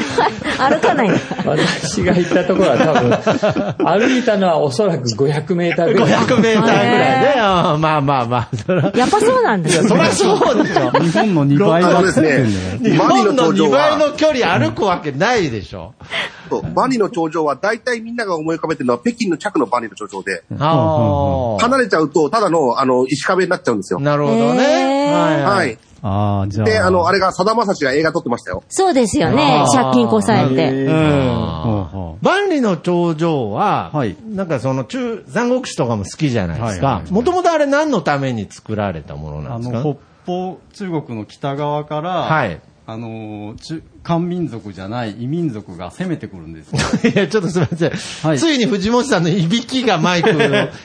Speaker 11: 歩かない。
Speaker 6: 私が行ったところは多分、歩いたのはおそらく500メーターぐらい。
Speaker 3: 500メーターぐらいね。あーまあまあまあ。そら
Speaker 11: やっぱそうなんです
Speaker 3: そ
Speaker 11: ね
Speaker 3: りゃそうでしょ。
Speaker 4: い。日本の2倍だって
Speaker 9: そうです
Speaker 4: ね。
Speaker 3: 日本の2倍
Speaker 9: は、
Speaker 3: の距離歩くわけないでしょ。
Speaker 9: そうバニの頂上は大体みんなが思い浮かべてるのは北京の着のバニの頂上で、
Speaker 3: ああ。
Speaker 9: 離れちゃうとただの、あの、石壁になっちゃうんですよ。
Speaker 3: なるほどね。はい
Speaker 9: は
Speaker 3: はい。
Speaker 9: い。
Speaker 4: ああ、じゃあ。
Speaker 9: で、あの、あれが、さだまさしが映画撮ってましたよ。
Speaker 11: そうですよね
Speaker 3: あ。ー
Speaker 11: 借金こさえて。
Speaker 3: うん。
Speaker 4: ほうほ
Speaker 3: 万里の頂上は、
Speaker 4: はい
Speaker 3: なんかその中、三国志とかも好きじゃないです
Speaker 4: はいはい
Speaker 3: か
Speaker 4: は。い
Speaker 3: もともとあれ何のために作られたもの
Speaker 4: う
Speaker 3: な
Speaker 4: あ
Speaker 3: んです
Speaker 4: の、
Speaker 3: か
Speaker 4: 北方、中国の北側から、
Speaker 3: はい。
Speaker 4: あの、中漢民族じゃない異民族が攻めてくるんですよ。
Speaker 3: いや、ちょっとすみません。
Speaker 4: い
Speaker 3: ついに藤本さんのいびきがマイクを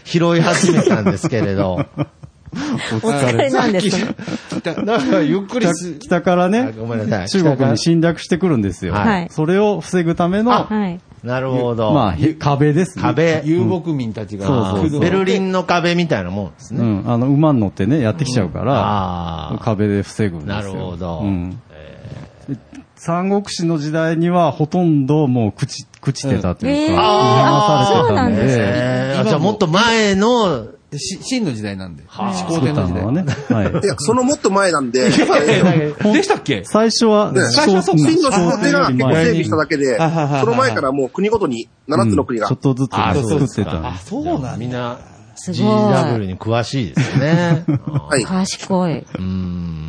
Speaker 3: 拾い始めたんですけれ ど。
Speaker 4: お
Speaker 11: お疲れなんですね。
Speaker 3: なんか ゆっくりす
Speaker 4: 北、北からね
Speaker 3: あ、ごめんなさい
Speaker 4: 中国に侵略してくるんですよ。
Speaker 3: はい
Speaker 4: それを防ぐための、
Speaker 3: あ
Speaker 11: はい。
Speaker 3: なるほど。
Speaker 4: まあ、へ壁ですね。
Speaker 3: 壁。
Speaker 7: 遊牧民たちが。
Speaker 4: そうそうそう
Speaker 3: ベルリンの壁みたいなもんです
Speaker 4: う
Speaker 3: ね。
Speaker 4: ん。あの、馬に乗ってね、やってきちゃうから、
Speaker 3: ああ。
Speaker 4: 壁で防ぐんですよ。
Speaker 3: なるほど
Speaker 4: うん。で三国志の時代にはほとんどもう朽ち、朽ちてたというか、見
Speaker 11: えー
Speaker 4: 放されてたん
Speaker 11: あーそうなんで
Speaker 4: で、
Speaker 11: す
Speaker 3: えーあじゃあもっと前の、
Speaker 7: し真の時代なんで。始皇
Speaker 4: 作
Speaker 7: 帝
Speaker 4: っ
Speaker 7: の
Speaker 4: た
Speaker 7: 時代
Speaker 4: のはね。はい
Speaker 9: い。や、そのもっと前なんで、えー
Speaker 7: でしたっけ
Speaker 4: 最初は、
Speaker 9: ね最初はそう、秦の朝廷が結構整備しただけで、
Speaker 7: はいはいはい
Speaker 9: その前からもう国ごとに7つの国が
Speaker 4: ちょっとずつね作ってたんです。
Speaker 7: そうなんだ
Speaker 3: みんな、
Speaker 11: すごい
Speaker 3: GW に詳しいですね。
Speaker 9: はい
Speaker 11: 賢い。
Speaker 3: うーん。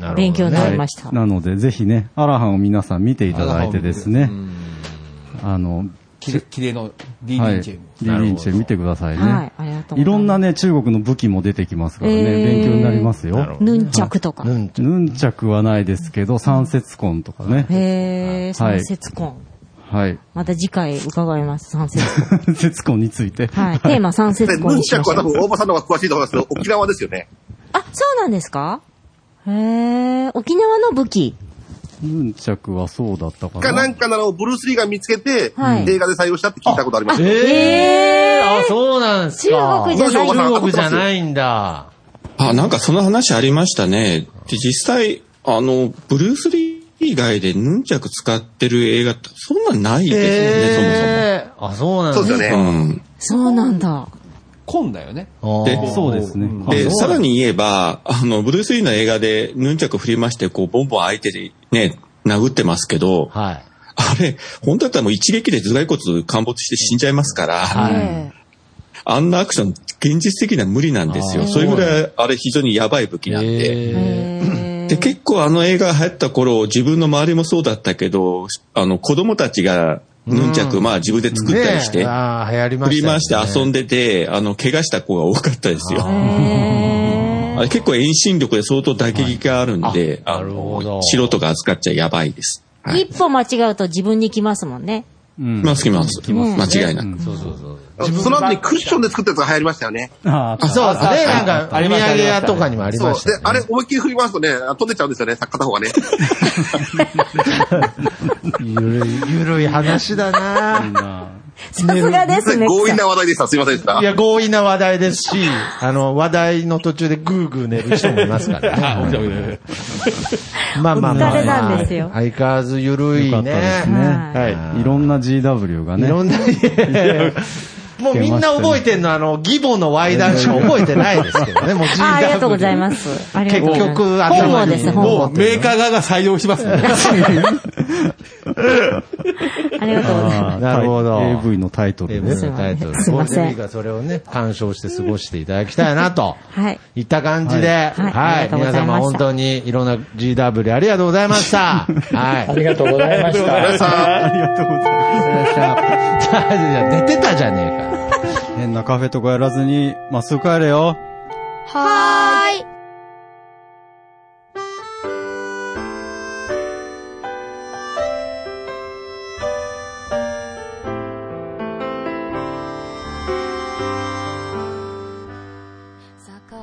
Speaker 3: なるほどね
Speaker 11: 勉強になりました。
Speaker 4: なので、ぜひね、アラハンを皆さん見ていただいてですね、あの、
Speaker 7: キレ、キレの D リ
Speaker 4: はい、
Speaker 7: ン
Speaker 4: リ
Speaker 7: チェム。
Speaker 4: ーリンチェ見てくださいね。
Speaker 11: はい。ありがとうございます。
Speaker 4: いろんなね、中国の武器も出てきますからね、
Speaker 11: えー
Speaker 4: 勉強になりますよ。
Speaker 11: ヌンチャクとか。
Speaker 3: うん。
Speaker 4: ヌンチャクはないですけど、三節痕とかね。
Speaker 11: へえ、
Speaker 4: はい
Speaker 11: 三節婚。
Speaker 4: はい。
Speaker 11: また次回伺います、三節婚。
Speaker 4: 節痕について。
Speaker 11: はい。テーマ三節
Speaker 9: でヌ
Speaker 11: 婚
Speaker 9: ン
Speaker 11: にし
Speaker 9: チャ
Speaker 11: ま
Speaker 9: ク
Speaker 11: し
Speaker 9: は
Speaker 11: ょ
Speaker 9: 多
Speaker 11: う。
Speaker 9: 分大場さんの方が詳しいと思いますけど、沖縄ですよね。
Speaker 11: あ、そうなんですかへえ、沖縄の武器。
Speaker 4: ヌンチャクはそうだったか
Speaker 9: か、
Speaker 4: な
Speaker 9: な。んかなのブルース・リーが見つけて、
Speaker 11: はい
Speaker 9: 映画で採用したって聞いたことあります。
Speaker 3: ええー、あ、そうなんですか。
Speaker 11: 中国じゃない
Speaker 3: 中国じゃないんだ。
Speaker 12: あ、なんかその話ありましたね。で実際、あの、ブルース・リー以外でヌンチャク使ってる映画ってそんなんないですよね、
Speaker 3: えー、あ、そうなん
Speaker 9: そうですよ
Speaker 3: ね。
Speaker 9: ね
Speaker 12: そ。も
Speaker 11: そ
Speaker 12: そも。うん。
Speaker 11: うなんだ。
Speaker 7: 紺だよね。
Speaker 12: で
Speaker 3: あー
Speaker 4: そうですね。
Speaker 3: あそう
Speaker 12: で、
Speaker 3: だ
Speaker 12: さらに言えば、あの、ブルース・リーの映画で、ヌンチャク振りまして、こう、ボンボン相手でね、殴ってますけど、
Speaker 3: はい。
Speaker 12: あれ、本当だったらもう一撃で頭蓋骨陥没して死んじゃいますから、
Speaker 11: え
Speaker 12: あんなアクション、現実的には無理なんです
Speaker 3: あ
Speaker 12: よ。
Speaker 3: ー
Speaker 12: それぐらい、あれ非常にやばい武器なんで。
Speaker 11: え
Speaker 3: え
Speaker 11: へえ
Speaker 12: で、結構あの映画流行った頃、自分の周りもそうだったけど、あの、子供たちが、ヌンチャク、まあ自分で作ったりし
Speaker 3: ね
Speaker 12: て
Speaker 3: え、ああ、流行りま
Speaker 12: 振
Speaker 3: し
Speaker 12: り
Speaker 3: たよね、
Speaker 12: 回して遊んでて、あの、怪我した子が多かったですよ。
Speaker 11: へ
Speaker 12: あれ結構遠心力で相当打撃があるんで、
Speaker 3: はいあ
Speaker 12: あの
Speaker 3: なるほど
Speaker 12: 素人が扱っちゃやばいです。
Speaker 11: 一歩間違うと自分に来ますも んね。
Speaker 12: まあ、つきます。
Speaker 11: きますね
Speaker 12: 間違いなく。
Speaker 3: そうそうそう。
Speaker 9: その後にクッションで作ったやつが流行りましたよね。
Speaker 4: あ
Speaker 3: あそうですね
Speaker 9: はい
Speaker 3: なんか
Speaker 9: ありました
Speaker 3: お土産屋とかにもありました
Speaker 9: そうで、あれ思いっきり振り回すとね、飛んでっちゃうんですよね、片方がね。
Speaker 3: ゆるい、ゆるい話だな
Speaker 11: さすがですね
Speaker 9: 強引な話題でした。すいませんでした。
Speaker 3: いや、強引な話題ですし、あの、話題の途中でグーグー寝る人もいますから ね。
Speaker 7: あ、起きた起きた起
Speaker 3: まあまあまあ。
Speaker 11: お疲れなんですよ
Speaker 3: 相変わらずゆるいね。
Speaker 4: よかったですね。はい。いろんな GW がね。
Speaker 3: いろんな、もうみんな覚えてんの、あの、義母のワイダンしか覚えてないですけどね、もう GW
Speaker 11: あありがとうございます。ありがとうございます。
Speaker 3: 結局
Speaker 11: 本
Speaker 3: 頭
Speaker 11: 望
Speaker 3: に
Speaker 11: です、本
Speaker 7: も
Speaker 11: 望
Speaker 7: う。メーカー側が採用しますね。
Speaker 11: ありがとうございま
Speaker 4: あー
Speaker 3: なるほど
Speaker 4: AV のタイトルね。
Speaker 3: AV のタイトル。
Speaker 11: すいません
Speaker 3: ゴールデンウィークはそれをね、鑑賞して過ごしていただきたいなと。
Speaker 11: す。はい。
Speaker 3: いった感じで、はい。
Speaker 11: はいありがとうご
Speaker 3: 皆
Speaker 11: ざいまし
Speaker 3: 様
Speaker 11: た
Speaker 3: 本当にいろんな GW ありがとうござい ました。はい。
Speaker 6: ありがとうございました。
Speaker 4: ありがとうございます。
Speaker 3: 寝てたじゃねえか。
Speaker 4: 変なカフェとかやらずに、まっすぐ帰れよ。
Speaker 11: はーい。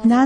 Speaker 13: な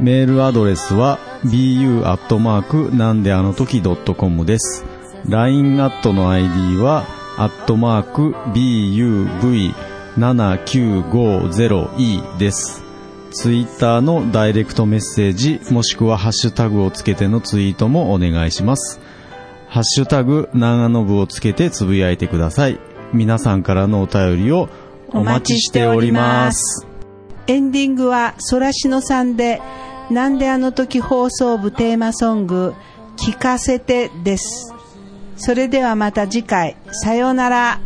Speaker 4: メールアドレスは bu アットマークなんであの時 .com です。LINE アットの ID はアットマーク buv7950e です。ツイッターのダイレクトメッセージもしくはハッシュタグをつけてのツイートもお願いします。ハッシュタグ長野部をつけてつぶやいてください。皆さんからのお便りをお待ちしております。
Speaker 13: エンディングはソラシノさんで、なんであの時放送部テーマソング、聞かせてです。それではまた次回、さようなら。